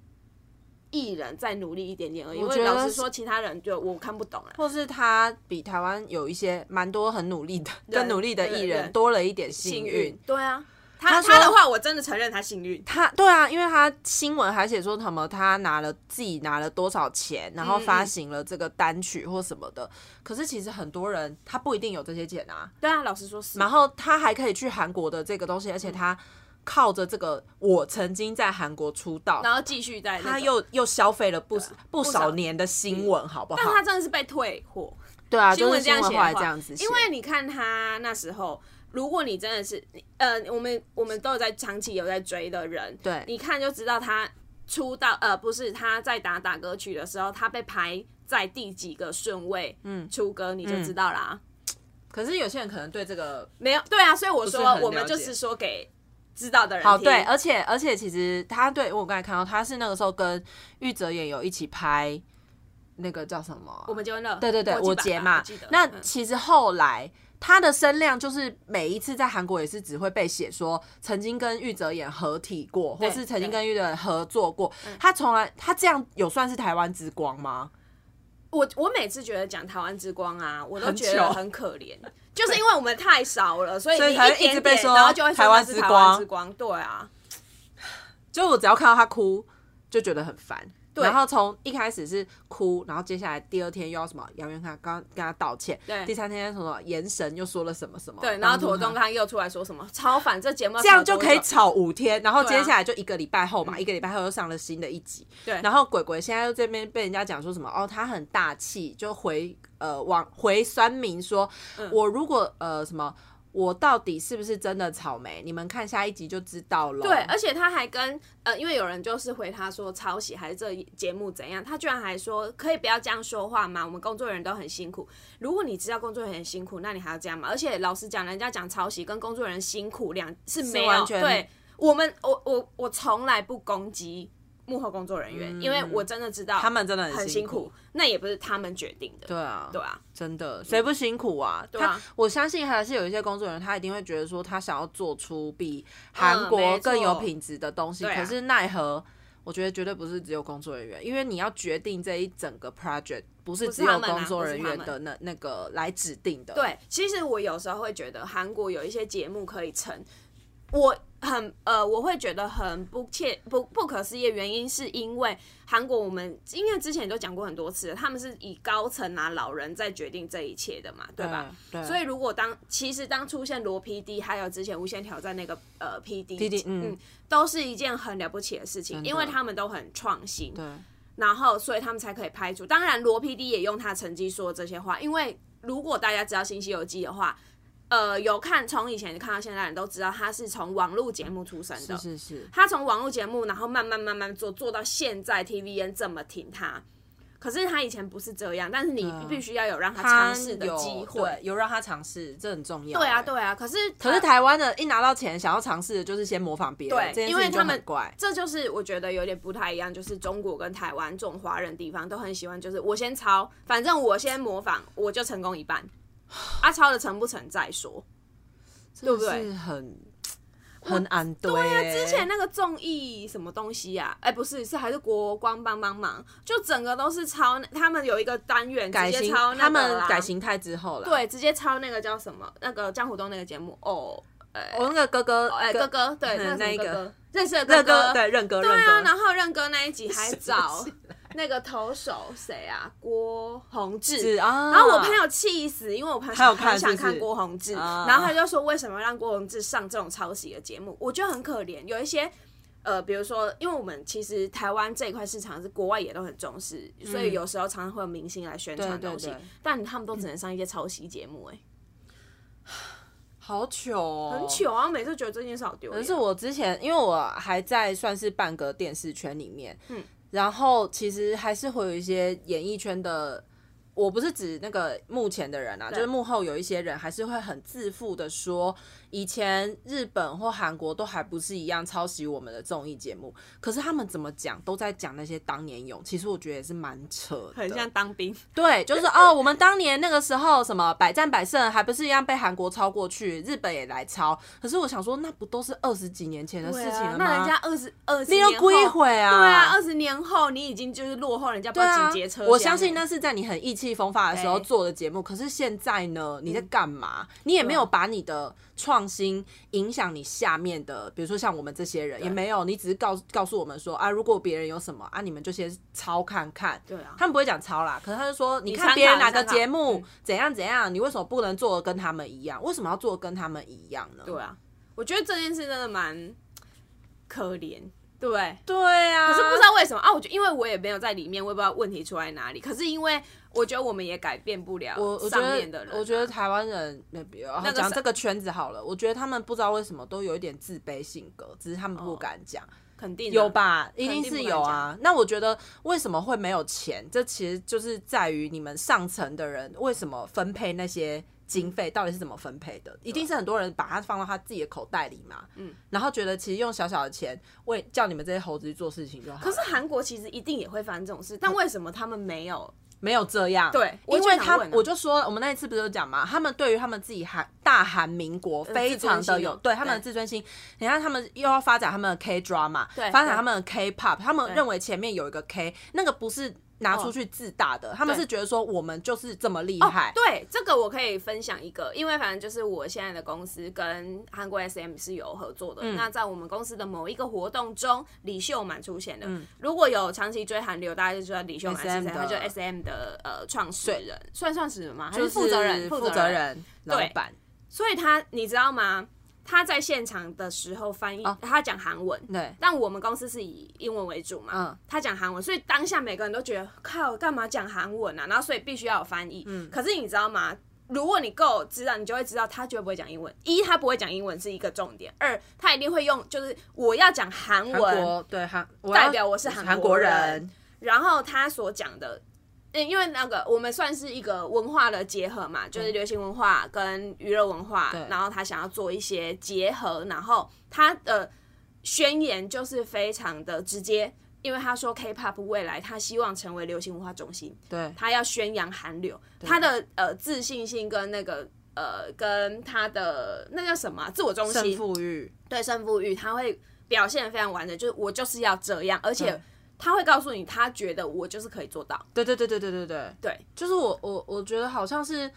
[SPEAKER 2] 艺人再努力一点点而已。因
[SPEAKER 1] 我
[SPEAKER 2] 为
[SPEAKER 1] 觉得
[SPEAKER 2] 老实
[SPEAKER 1] 是
[SPEAKER 2] 说，其他人就我看不懂啊。
[SPEAKER 1] 或是他比台湾有一些蛮多很努力的、
[SPEAKER 2] 人
[SPEAKER 1] 更努力的艺
[SPEAKER 2] 对
[SPEAKER 1] 人
[SPEAKER 2] 人
[SPEAKER 1] 多了一点
[SPEAKER 2] 幸
[SPEAKER 1] 幸运
[SPEAKER 2] 运。，对啊，他
[SPEAKER 1] 他说
[SPEAKER 2] 他的话我真的承认他幸运，
[SPEAKER 1] 他对啊，因为他新闻还写说什么他拿了自己拿了多少钱，然后
[SPEAKER 2] 嗯
[SPEAKER 1] 发行了这个单曲或什么的。可是其实很多人他不一定有这些钱啊，
[SPEAKER 2] 对啊，老实说是，
[SPEAKER 1] 然后他还可以去韩国的这个东西，而且他靠着这个我曾经在韩国出道，
[SPEAKER 2] 然后继续在那种
[SPEAKER 1] 他又又消费了不不
[SPEAKER 2] 不
[SPEAKER 1] 少
[SPEAKER 2] 少
[SPEAKER 1] 年的新闻，好不好
[SPEAKER 2] 但？他真的是被退货，
[SPEAKER 1] 对啊，
[SPEAKER 2] 新
[SPEAKER 1] 就是
[SPEAKER 2] 闻这样写
[SPEAKER 1] 后
[SPEAKER 2] 的
[SPEAKER 1] 来
[SPEAKER 2] 话
[SPEAKER 1] 这样子写，
[SPEAKER 2] 因为你看他那时候。如果你真的是，你呃，我们我们都有在长期有在追的人，
[SPEAKER 1] 对
[SPEAKER 2] 你看就知道他出道，呃，不是他在打打歌曲的时候，他被排在第几个顺位，嗯，出歌你就知道啦。
[SPEAKER 1] 嗯可是有些人可能对这个
[SPEAKER 2] 没有，对啊，所以我
[SPEAKER 1] 不是
[SPEAKER 2] 说
[SPEAKER 1] 很
[SPEAKER 2] 我们
[SPEAKER 1] 了解
[SPEAKER 2] 就是说给知道的人
[SPEAKER 1] 好，
[SPEAKER 2] 听
[SPEAKER 1] 哦对，而呃且而且其实他对我刚才看到他是那个时候跟玉泽演有一起拍那个叫什么啊、
[SPEAKER 2] 我们结婚了，
[SPEAKER 1] 对对对，
[SPEAKER 2] 国
[SPEAKER 1] 我
[SPEAKER 2] 际版
[SPEAKER 1] 姐
[SPEAKER 2] 吧
[SPEAKER 1] 嘛
[SPEAKER 2] 我记得。
[SPEAKER 1] 那
[SPEAKER 2] 嗯
[SPEAKER 1] 其实后来他的声量就是每一次在韩国也是只会被写说曾经跟玉泽演合体过，或
[SPEAKER 2] 对嗯
[SPEAKER 1] 是曾经跟玉泽演合作过。他从来他这样有算是台湾之光吗？
[SPEAKER 2] 我我每次觉得讲台湾之光啊，我都觉
[SPEAKER 1] 很
[SPEAKER 2] 得
[SPEAKER 1] 糗
[SPEAKER 2] 很可 怜，就是因为我们太少了，所以
[SPEAKER 1] 所以
[SPEAKER 2] 你
[SPEAKER 1] 才会
[SPEAKER 2] 一点
[SPEAKER 1] 一直被
[SPEAKER 2] 点
[SPEAKER 1] 说
[SPEAKER 2] 然后就会说
[SPEAKER 1] 台湾
[SPEAKER 2] 那是
[SPEAKER 1] 之
[SPEAKER 2] 台
[SPEAKER 1] 光
[SPEAKER 2] 湾之光，对啊，
[SPEAKER 1] 就我只要看到他哭，就觉得很烦。
[SPEAKER 2] 对
[SPEAKER 1] 然后从一开始是哭，然后接下来第二天又要什么杨元康刚跟他道歉，
[SPEAKER 2] 对
[SPEAKER 1] 第三天什么眼神又说了什么什么，
[SPEAKER 2] 对，然后
[SPEAKER 1] 帮助
[SPEAKER 2] 妥
[SPEAKER 1] 他
[SPEAKER 2] 中康又出来说什么超反这节目要
[SPEAKER 1] 这样
[SPEAKER 2] 炒
[SPEAKER 1] 就
[SPEAKER 2] 多
[SPEAKER 1] 可以
[SPEAKER 2] 久
[SPEAKER 1] 炒五天，然后
[SPEAKER 2] 对啊
[SPEAKER 1] 接下来就一个礼拜后嘛，一个礼拜后又上了新的一集。
[SPEAKER 2] 啊对
[SPEAKER 1] 然后鬼鬼现在又这边被人家讲说什么哦，他很大气，就回呃往回酸民说，
[SPEAKER 2] 嗯
[SPEAKER 1] 我如果呃什么。我到底是不是真的草莓？你们看下一集就知道了。
[SPEAKER 2] 对，而且他还跟呃，因为有人就是回他说抄袭还是这节目怎样，他居然还说可以不要这样说话吗？我们工作人员都很辛苦。如果你知道工作人员很辛苦，那你还要这样吗？而且老实讲，人家讲抄袭跟工作人员辛苦两是没有
[SPEAKER 1] 完全
[SPEAKER 2] 对我们，我我我从来不攻击幕后工作人员，因为我真的知
[SPEAKER 1] 嗯
[SPEAKER 2] 道
[SPEAKER 1] 他们真的很
[SPEAKER 2] 很
[SPEAKER 1] 辛
[SPEAKER 2] 辛
[SPEAKER 1] 苦
[SPEAKER 2] 苦，那也不是他们决定的。
[SPEAKER 1] 对啊，
[SPEAKER 2] 对啊，
[SPEAKER 1] 真的，谁不辛苦啊？对
[SPEAKER 2] 啊
[SPEAKER 1] 我相信还是有一些工作人员，他一定会觉得说他想要做出比
[SPEAKER 2] 嗯
[SPEAKER 1] 韩国
[SPEAKER 2] 没错
[SPEAKER 1] 更有品质的东西，
[SPEAKER 2] 对啊
[SPEAKER 1] 可是奈何。我觉得绝对不是只有工作人员，因为你要决定这一整个 project，不是
[SPEAKER 2] 不是
[SPEAKER 1] 只有
[SPEAKER 2] 他们啊
[SPEAKER 1] 工作
[SPEAKER 2] 不是
[SPEAKER 1] 人
[SPEAKER 2] 他
[SPEAKER 1] 员
[SPEAKER 2] 们
[SPEAKER 1] 的那那个来指定的。，
[SPEAKER 2] 对，其实我有时候会觉得韩国有一些节目可以成，我很呃，我会觉得很不切不不可思议的原因，是因为韩国我们因为之前也都讲过很多次了，他们是以高层啊老人在决定这一切的嘛，对吧？
[SPEAKER 1] 嗯对啊
[SPEAKER 2] 所以如果当其实当出现罗 PD，还有之前无限挑战那个呃 PD，,
[SPEAKER 1] PD 嗯
[SPEAKER 2] 都是一件很了不起的事情，
[SPEAKER 1] 的
[SPEAKER 2] 因为他们都很创新，
[SPEAKER 1] 对，
[SPEAKER 2] 然后所以他们才可以拍出。当然，罗 PD 也用他的成绩说这些话，因为如果大家知道《新西游记》的话，呃，有看从以前看到现在的人都知道他是从网络节目出身的，
[SPEAKER 1] 是是是，
[SPEAKER 2] 他从网络节目，然后慢慢慢慢做，做到现在 TVN 这么挺他。可是他以前不是这样，但是你必须要有让他尝试的机
[SPEAKER 1] 有
[SPEAKER 2] 会
[SPEAKER 1] 对。有嗯让他尝试，这很重要。
[SPEAKER 2] 对啊，
[SPEAKER 1] 欸。
[SPEAKER 2] 对啊。可是
[SPEAKER 1] 可是台湾的一拿到钱，想要尝试的就是先模仿别人，
[SPEAKER 2] 对
[SPEAKER 1] 这件事
[SPEAKER 2] 因为
[SPEAKER 1] 情就
[SPEAKER 2] 他们
[SPEAKER 1] 很怪。
[SPEAKER 2] 这就是我觉得有点不太一样，就是中国跟台湾这种华人地方都很喜欢，就是我先抄，反正我先模仿，我就成功一半。啊，抄的成不成再说。
[SPEAKER 1] 对
[SPEAKER 2] 不对？
[SPEAKER 1] 很很安欸对。
[SPEAKER 2] 那之前那个综艺什么东西呀、哎、不是，是还是国光帮帮忙，就整个都是抄那，他们有一个单元
[SPEAKER 1] 改
[SPEAKER 2] 直接
[SPEAKER 1] 型，
[SPEAKER 2] 抄那
[SPEAKER 1] 他
[SPEAKER 2] 个
[SPEAKER 1] 们
[SPEAKER 2] 啦
[SPEAKER 1] 改形态之后了。，
[SPEAKER 2] 对，直接抄那个叫什么？那个江湖东那个节目哦，
[SPEAKER 1] 我那个哥哥，
[SPEAKER 2] 哎、哥哥，对，
[SPEAKER 1] 嗯
[SPEAKER 2] 那
[SPEAKER 1] 那一个
[SPEAKER 2] 个什么哥哥认识的
[SPEAKER 1] 哥
[SPEAKER 2] 哥
[SPEAKER 1] 哥，对，任哥，
[SPEAKER 2] 对啊，
[SPEAKER 1] 任哥，
[SPEAKER 2] 然后任哥那一集还
[SPEAKER 1] 想不
[SPEAKER 2] 找
[SPEAKER 1] 起
[SPEAKER 2] 那个投手谁啊？郭宏
[SPEAKER 1] 是
[SPEAKER 2] 志。
[SPEAKER 1] 啊。
[SPEAKER 2] 然后我朋友气死，因为我朋友
[SPEAKER 1] 他有看
[SPEAKER 2] 很想
[SPEAKER 1] 是不是
[SPEAKER 2] 看郭宏志，
[SPEAKER 1] 啊
[SPEAKER 2] 然后他就说为什么让郭宏志上这种抄袭的节目？我觉得很可怜。有一些呃，比如说，因为我们其实台湾这一块市场是国外也都很重视，所以有时候常常会有明星来宣
[SPEAKER 1] 对
[SPEAKER 2] 传
[SPEAKER 1] 对
[SPEAKER 2] 东西
[SPEAKER 1] 嗯对，
[SPEAKER 2] 但他们都只能上一些抄袭节目，哎，
[SPEAKER 1] 好糗哦，
[SPEAKER 2] 很。糗啊！我每次觉得这件事好丢脸。
[SPEAKER 1] 可是我之前，因为我还在算是半个电视圈里面，嗯，然后其实还是会有一些演艺圈的，我不是指那个幕前的人啊，就是幕后有一些人还是会很自负的说，以前日本或韩国都还不是一样抄袭我们的综艺节目，可是他们怎么讲都在讲那些当年勇，其实我觉得也是蛮扯的，
[SPEAKER 2] 很像当兵，
[SPEAKER 1] 对，就是哦，我们当年那个时候什么百战百胜，还不是一样被韩国超过去，日本也来超。可是我想说，那不都是二十几年前的事
[SPEAKER 2] 对
[SPEAKER 1] 情
[SPEAKER 2] 啊
[SPEAKER 1] 了吗？
[SPEAKER 2] 那人家二十二十
[SPEAKER 1] 你
[SPEAKER 2] 年
[SPEAKER 1] 都
[SPEAKER 2] 后
[SPEAKER 1] 归回啊！
[SPEAKER 2] 对啊，二十年后你已经就是落后人家不
[SPEAKER 1] 对啊
[SPEAKER 2] 紧节车厢了、哎
[SPEAKER 1] 我相信那是在你很意气风发的时候
[SPEAKER 2] 对
[SPEAKER 1] 做的节目。可是现在呢，你在
[SPEAKER 2] 嗯
[SPEAKER 1] 干嘛？你也没有把你的创新影响你下面的，比如说像我们这些人也没有，你只是告告诉我们说啊，如果别人有什么啊，你们就先抄看看。
[SPEAKER 2] 对啊
[SPEAKER 1] 他们不会讲抄啦，可是他就说，你
[SPEAKER 2] 参
[SPEAKER 1] 看
[SPEAKER 2] 考
[SPEAKER 1] 别人哪个
[SPEAKER 2] 你参考嗯
[SPEAKER 1] 节目怎样怎样，你为什么不能做的跟他们一样？为什么要做得跟他们一样呢？
[SPEAKER 2] 对啊，我觉得这件事真的蛮可怜，对不对？
[SPEAKER 1] 对啊，
[SPEAKER 2] 可是不知道为什么啊，我觉得因为我也没有在里面，我也不知道问题出在哪里。可是因为我觉得我们也改变不了
[SPEAKER 1] 我我觉
[SPEAKER 2] 上面的
[SPEAKER 1] 得
[SPEAKER 2] 人、，啊
[SPEAKER 1] 我觉得。台湾人没必要
[SPEAKER 2] 个
[SPEAKER 1] 讲
[SPEAKER 2] 是
[SPEAKER 1] 这个圈子好了。我觉得他们不知道为什么都有一点自卑性格，只是他们
[SPEAKER 2] 哦
[SPEAKER 1] 不敢讲，
[SPEAKER 2] 肯定的啊
[SPEAKER 1] 有？吧？一定
[SPEAKER 2] 定
[SPEAKER 1] 是
[SPEAKER 2] 不敢
[SPEAKER 1] 有啊。那我觉得为什么会没有钱？这其实就是在于你们上层的人为什么分配那些。经
[SPEAKER 2] 嗯
[SPEAKER 1] 费到底是怎么分配的？一定是很多人把它放到他自己的口袋里嘛，嗯，然后觉得其实用小小的钱为叫你们这些猴子去做事情就好了。
[SPEAKER 2] 可是韩国其实一定也会发生这种事，但为什么他们没有？
[SPEAKER 1] 没有这样，
[SPEAKER 2] 对我
[SPEAKER 1] 因
[SPEAKER 2] 就
[SPEAKER 1] 为
[SPEAKER 2] 想
[SPEAKER 1] 他
[SPEAKER 2] 问啊
[SPEAKER 1] 我就说，我们那一次不是有讲嘛，他们对于他们自己韩大韩民国非常的有
[SPEAKER 2] 呃自尊心哦
[SPEAKER 1] 对他们的自尊心，你看他们又要发展他们的 K drama，
[SPEAKER 2] 对
[SPEAKER 1] 发展
[SPEAKER 2] 对
[SPEAKER 1] 他们的 K pop，他们
[SPEAKER 2] 对哦
[SPEAKER 1] 认为前面有一个 K，那个不是拿出去自大的，他们
[SPEAKER 2] 对哦
[SPEAKER 1] 是觉得说我们就是这么厉害，
[SPEAKER 2] 对，这个我可以分享一个，因为反正就是我现在的公司跟韩国 SM 是有合作的。那在我们公司的某一个活动中，李秀满出现了。如果有长期追韩流，大家就知道李秀满是
[SPEAKER 1] SM
[SPEAKER 2] 谁，
[SPEAKER 1] 的
[SPEAKER 2] 他就 SM 的呃创始人，算算是吗？还
[SPEAKER 1] 就是
[SPEAKER 2] 负责人？
[SPEAKER 1] 负
[SPEAKER 2] 责
[SPEAKER 1] 责。人、老板，
[SPEAKER 2] 所以他，你知道吗？他在现场的时候翻译，他讲韩文。
[SPEAKER 1] 对，
[SPEAKER 2] 但我们公司是以英文为主嘛，
[SPEAKER 1] 嗯
[SPEAKER 2] 他讲韩文，所以当下每个人都觉得靠，干嘛讲韩文啊？然后所以必须要有翻译。
[SPEAKER 1] 嗯
[SPEAKER 2] 可是你知道吗？如果你够知道，你就会知道他绝对不会讲英文。一，他不会讲英文是一个重点；二，他一定会用，就是我要讲韩
[SPEAKER 1] 韩
[SPEAKER 2] 文，
[SPEAKER 1] 国对韩我
[SPEAKER 2] 代
[SPEAKER 1] 要
[SPEAKER 2] 表我啊是韩
[SPEAKER 1] 韩
[SPEAKER 2] 国
[SPEAKER 1] 国
[SPEAKER 2] 人，然后他所讲的。呃因为那个我们算是一个文化的结合嘛，就是流行文化跟娱乐文化，然后他想要做一些结合，然后他的宣言就是非常的直接，因为他说 K-pop 未来他希望成为流行文化中心，
[SPEAKER 1] 对
[SPEAKER 2] 他要宣扬韩流，他的呃自信心跟那个呃跟他的那叫什么啊自我中
[SPEAKER 1] 胜
[SPEAKER 2] 心，
[SPEAKER 1] 负欲，
[SPEAKER 2] 对胜负欲，他会表现的非常完整，就是我就是要这样，而
[SPEAKER 1] 嗯
[SPEAKER 2] 且他会告诉你，他觉得我就是可以做到。
[SPEAKER 1] 对对对对对对对
[SPEAKER 2] 对，
[SPEAKER 1] 就是我我我觉得好像是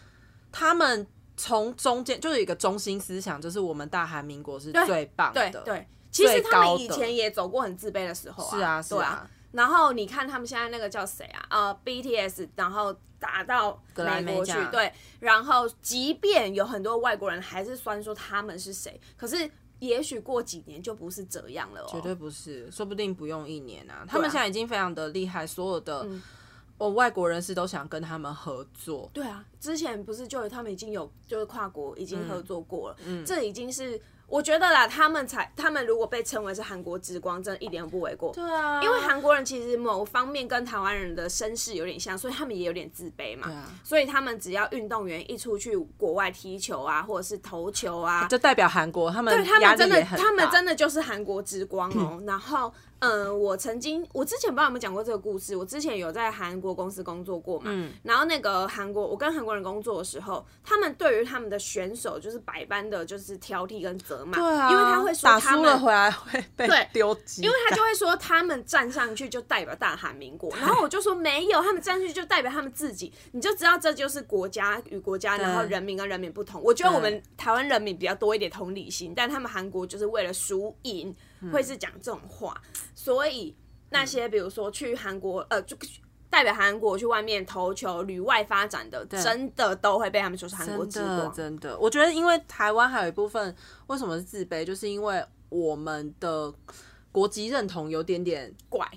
[SPEAKER 1] 他们从中间就是有一个中心思想，就是我们大韩民国是
[SPEAKER 2] 对
[SPEAKER 1] 最棒的，
[SPEAKER 2] 对对，其实他
[SPEAKER 1] 高
[SPEAKER 2] 们以
[SPEAKER 1] 的
[SPEAKER 2] 前也走过很自卑的时候啊，
[SPEAKER 1] 是啊是
[SPEAKER 2] 对啊。然后你看他们现在那个叫谁啊？呃，BTS，然后打到
[SPEAKER 1] 莱
[SPEAKER 2] 美
[SPEAKER 1] 美
[SPEAKER 2] 国去
[SPEAKER 1] 奖，
[SPEAKER 2] 对。然后即便有很多外国人还是酸说他们是谁，可是也许过几年就不是这样了哦。
[SPEAKER 1] 绝对不是，说不定不用一年啊。他们现在已经非常的厉害，所有的
[SPEAKER 2] 嗯
[SPEAKER 1] 我、外国人士都想跟他们合作。
[SPEAKER 2] 对啊，之前不是就有他们已经有就是跨国已经合作过了，
[SPEAKER 1] 嗯
[SPEAKER 2] 这已经是我觉得啦，他们才他们如果被称为是韩国之光，真的一点都不为过。
[SPEAKER 1] 对啊，
[SPEAKER 2] 因为韩国人其实某方面跟台湾人的身世有点像，所以他们也有点自卑嘛。
[SPEAKER 1] 啊
[SPEAKER 2] 所以他们只要运动员一出去国外踢球啊，或者是投球啊，
[SPEAKER 1] 就代表韩国，他们
[SPEAKER 2] 对他
[SPEAKER 1] 压
[SPEAKER 2] 们
[SPEAKER 1] 力
[SPEAKER 2] 真的，
[SPEAKER 1] 也很大
[SPEAKER 2] 他们真的就是韩国之光哦。然后，嗯、我曾经，我之前不知道有没有讲过这个故事，我之前有在韩国公司工作过嘛。
[SPEAKER 1] 嗯
[SPEAKER 2] 然后那个韩国，我跟韩国人工作的时候，他们对于他们的选手就是百般的就是挑剔跟责骂，
[SPEAKER 1] 对啊，
[SPEAKER 2] 因为他会说
[SPEAKER 1] 打
[SPEAKER 2] 他
[SPEAKER 1] 输了
[SPEAKER 2] 们。
[SPEAKER 1] 回来会被
[SPEAKER 2] 对
[SPEAKER 1] 丢鸡蛋，因
[SPEAKER 2] 因为他就会说他们站上去就代表大韩民国，然后我就说没有，他们站上去就代表他们自己，你就知道这就是国家与国家，然后人民跟人民不同。我觉得我们台湾人民比较多一点同理心，但他们韩国就是为了输赢
[SPEAKER 1] 嗯
[SPEAKER 2] 会是讲这种话，所以那些比如说去韩国呃就。代表韩国去外面投球、旅外发展的，真的都会被他们说是韩国之
[SPEAKER 1] 真的
[SPEAKER 2] 光。
[SPEAKER 1] 真的，我觉得因为台湾还有一部分为什么是自卑，就是因为我们的国籍认同有点点
[SPEAKER 2] 怪，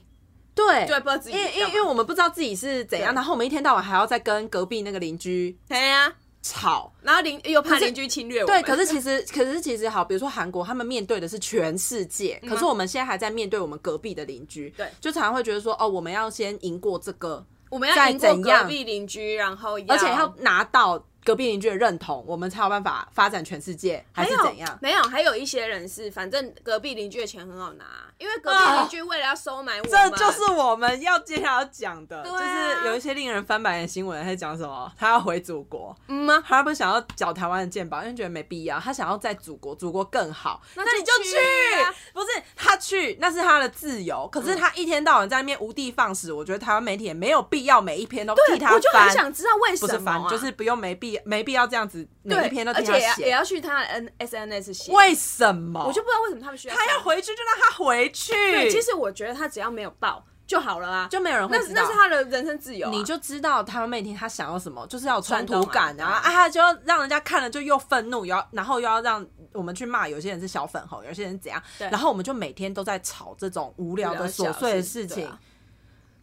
[SPEAKER 1] 对，
[SPEAKER 2] 就会不知道自己
[SPEAKER 1] 因为因为
[SPEAKER 2] 干
[SPEAKER 1] 因
[SPEAKER 2] 嘛
[SPEAKER 1] 为我们不知道自己是怎样，
[SPEAKER 2] 对
[SPEAKER 1] 然后我们一天到晚还要再跟隔壁那个邻居
[SPEAKER 2] 对呀、
[SPEAKER 1] 吵。
[SPEAKER 2] 然后邻又怕邻居侵略我
[SPEAKER 1] 对，
[SPEAKER 2] 们。
[SPEAKER 1] 可是其实，可是其实好，比如说韩国，他们面对的是全世界，可是我们现在还在面对我们隔壁的邻居，
[SPEAKER 2] 嗯对
[SPEAKER 1] 就常常会觉得说，哦，我们要先赢过这个，
[SPEAKER 2] 我们要
[SPEAKER 1] 再
[SPEAKER 2] 赢过
[SPEAKER 1] 怎
[SPEAKER 2] 隔
[SPEAKER 1] 样
[SPEAKER 2] 壁邻居，然后
[SPEAKER 1] 而且要拿到隔壁邻居的认同，我们才有办法发展全世界，还
[SPEAKER 2] 还
[SPEAKER 1] 是
[SPEAKER 2] 有
[SPEAKER 1] 怎样？
[SPEAKER 2] 没有，还有一些人是，反正隔壁邻居的钱很好拿，因为隔壁
[SPEAKER 1] 啊
[SPEAKER 2] 邻居为了要收买我们，
[SPEAKER 1] 这就是我们要接下来要讲的，
[SPEAKER 2] 对啊
[SPEAKER 1] 就是有一些令人翻白眼的新闻，在讲什么？他要回祖国，
[SPEAKER 2] 嗯吗？
[SPEAKER 1] 他不想要缴台湾的健保，因为觉得没必要，他想要在祖国，祖国更好，那
[SPEAKER 2] 就
[SPEAKER 1] 你就去
[SPEAKER 2] 去啊，
[SPEAKER 1] 不是他去，那是他的自由。可是他一天到晚在那边无的放矢，我觉得台湾媒体也没有必要每一篇都替他
[SPEAKER 2] 我就很
[SPEAKER 1] 翻，
[SPEAKER 2] 想知道为
[SPEAKER 1] 不
[SPEAKER 2] 什
[SPEAKER 1] 是
[SPEAKER 2] 么
[SPEAKER 1] 翻
[SPEAKER 2] 啊，
[SPEAKER 1] 就是不用没必没必要这样子每
[SPEAKER 2] 对
[SPEAKER 1] 一篇都
[SPEAKER 2] 而
[SPEAKER 1] 替
[SPEAKER 2] 且
[SPEAKER 1] 他
[SPEAKER 2] 也要也
[SPEAKER 1] 写，
[SPEAKER 2] 要去他的 N S N S 写，
[SPEAKER 1] 为什么？
[SPEAKER 2] 我就不知道为什么他们需要
[SPEAKER 1] 他要回去就让他回去，
[SPEAKER 2] 对，其实我觉得他只要没有报就好了啊，
[SPEAKER 1] 就没有人会
[SPEAKER 2] 那
[SPEAKER 1] 知道。
[SPEAKER 2] 那是他的人身自由啊，
[SPEAKER 1] 你就知道台湾媒体他想要什么，就是要有冲突感啊，
[SPEAKER 2] 冲突
[SPEAKER 1] 啊，他就要让人家看了就又愤怒，又要然后又要让我们去骂有些人是小粉红，有些人是怎样，
[SPEAKER 2] 对
[SPEAKER 1] 然后我们就每天都在吵这种无聊的琐碎的事
[SPEAKER 2] 对
[SPEAKER 1] 情，
[SPEAKER 2] 啊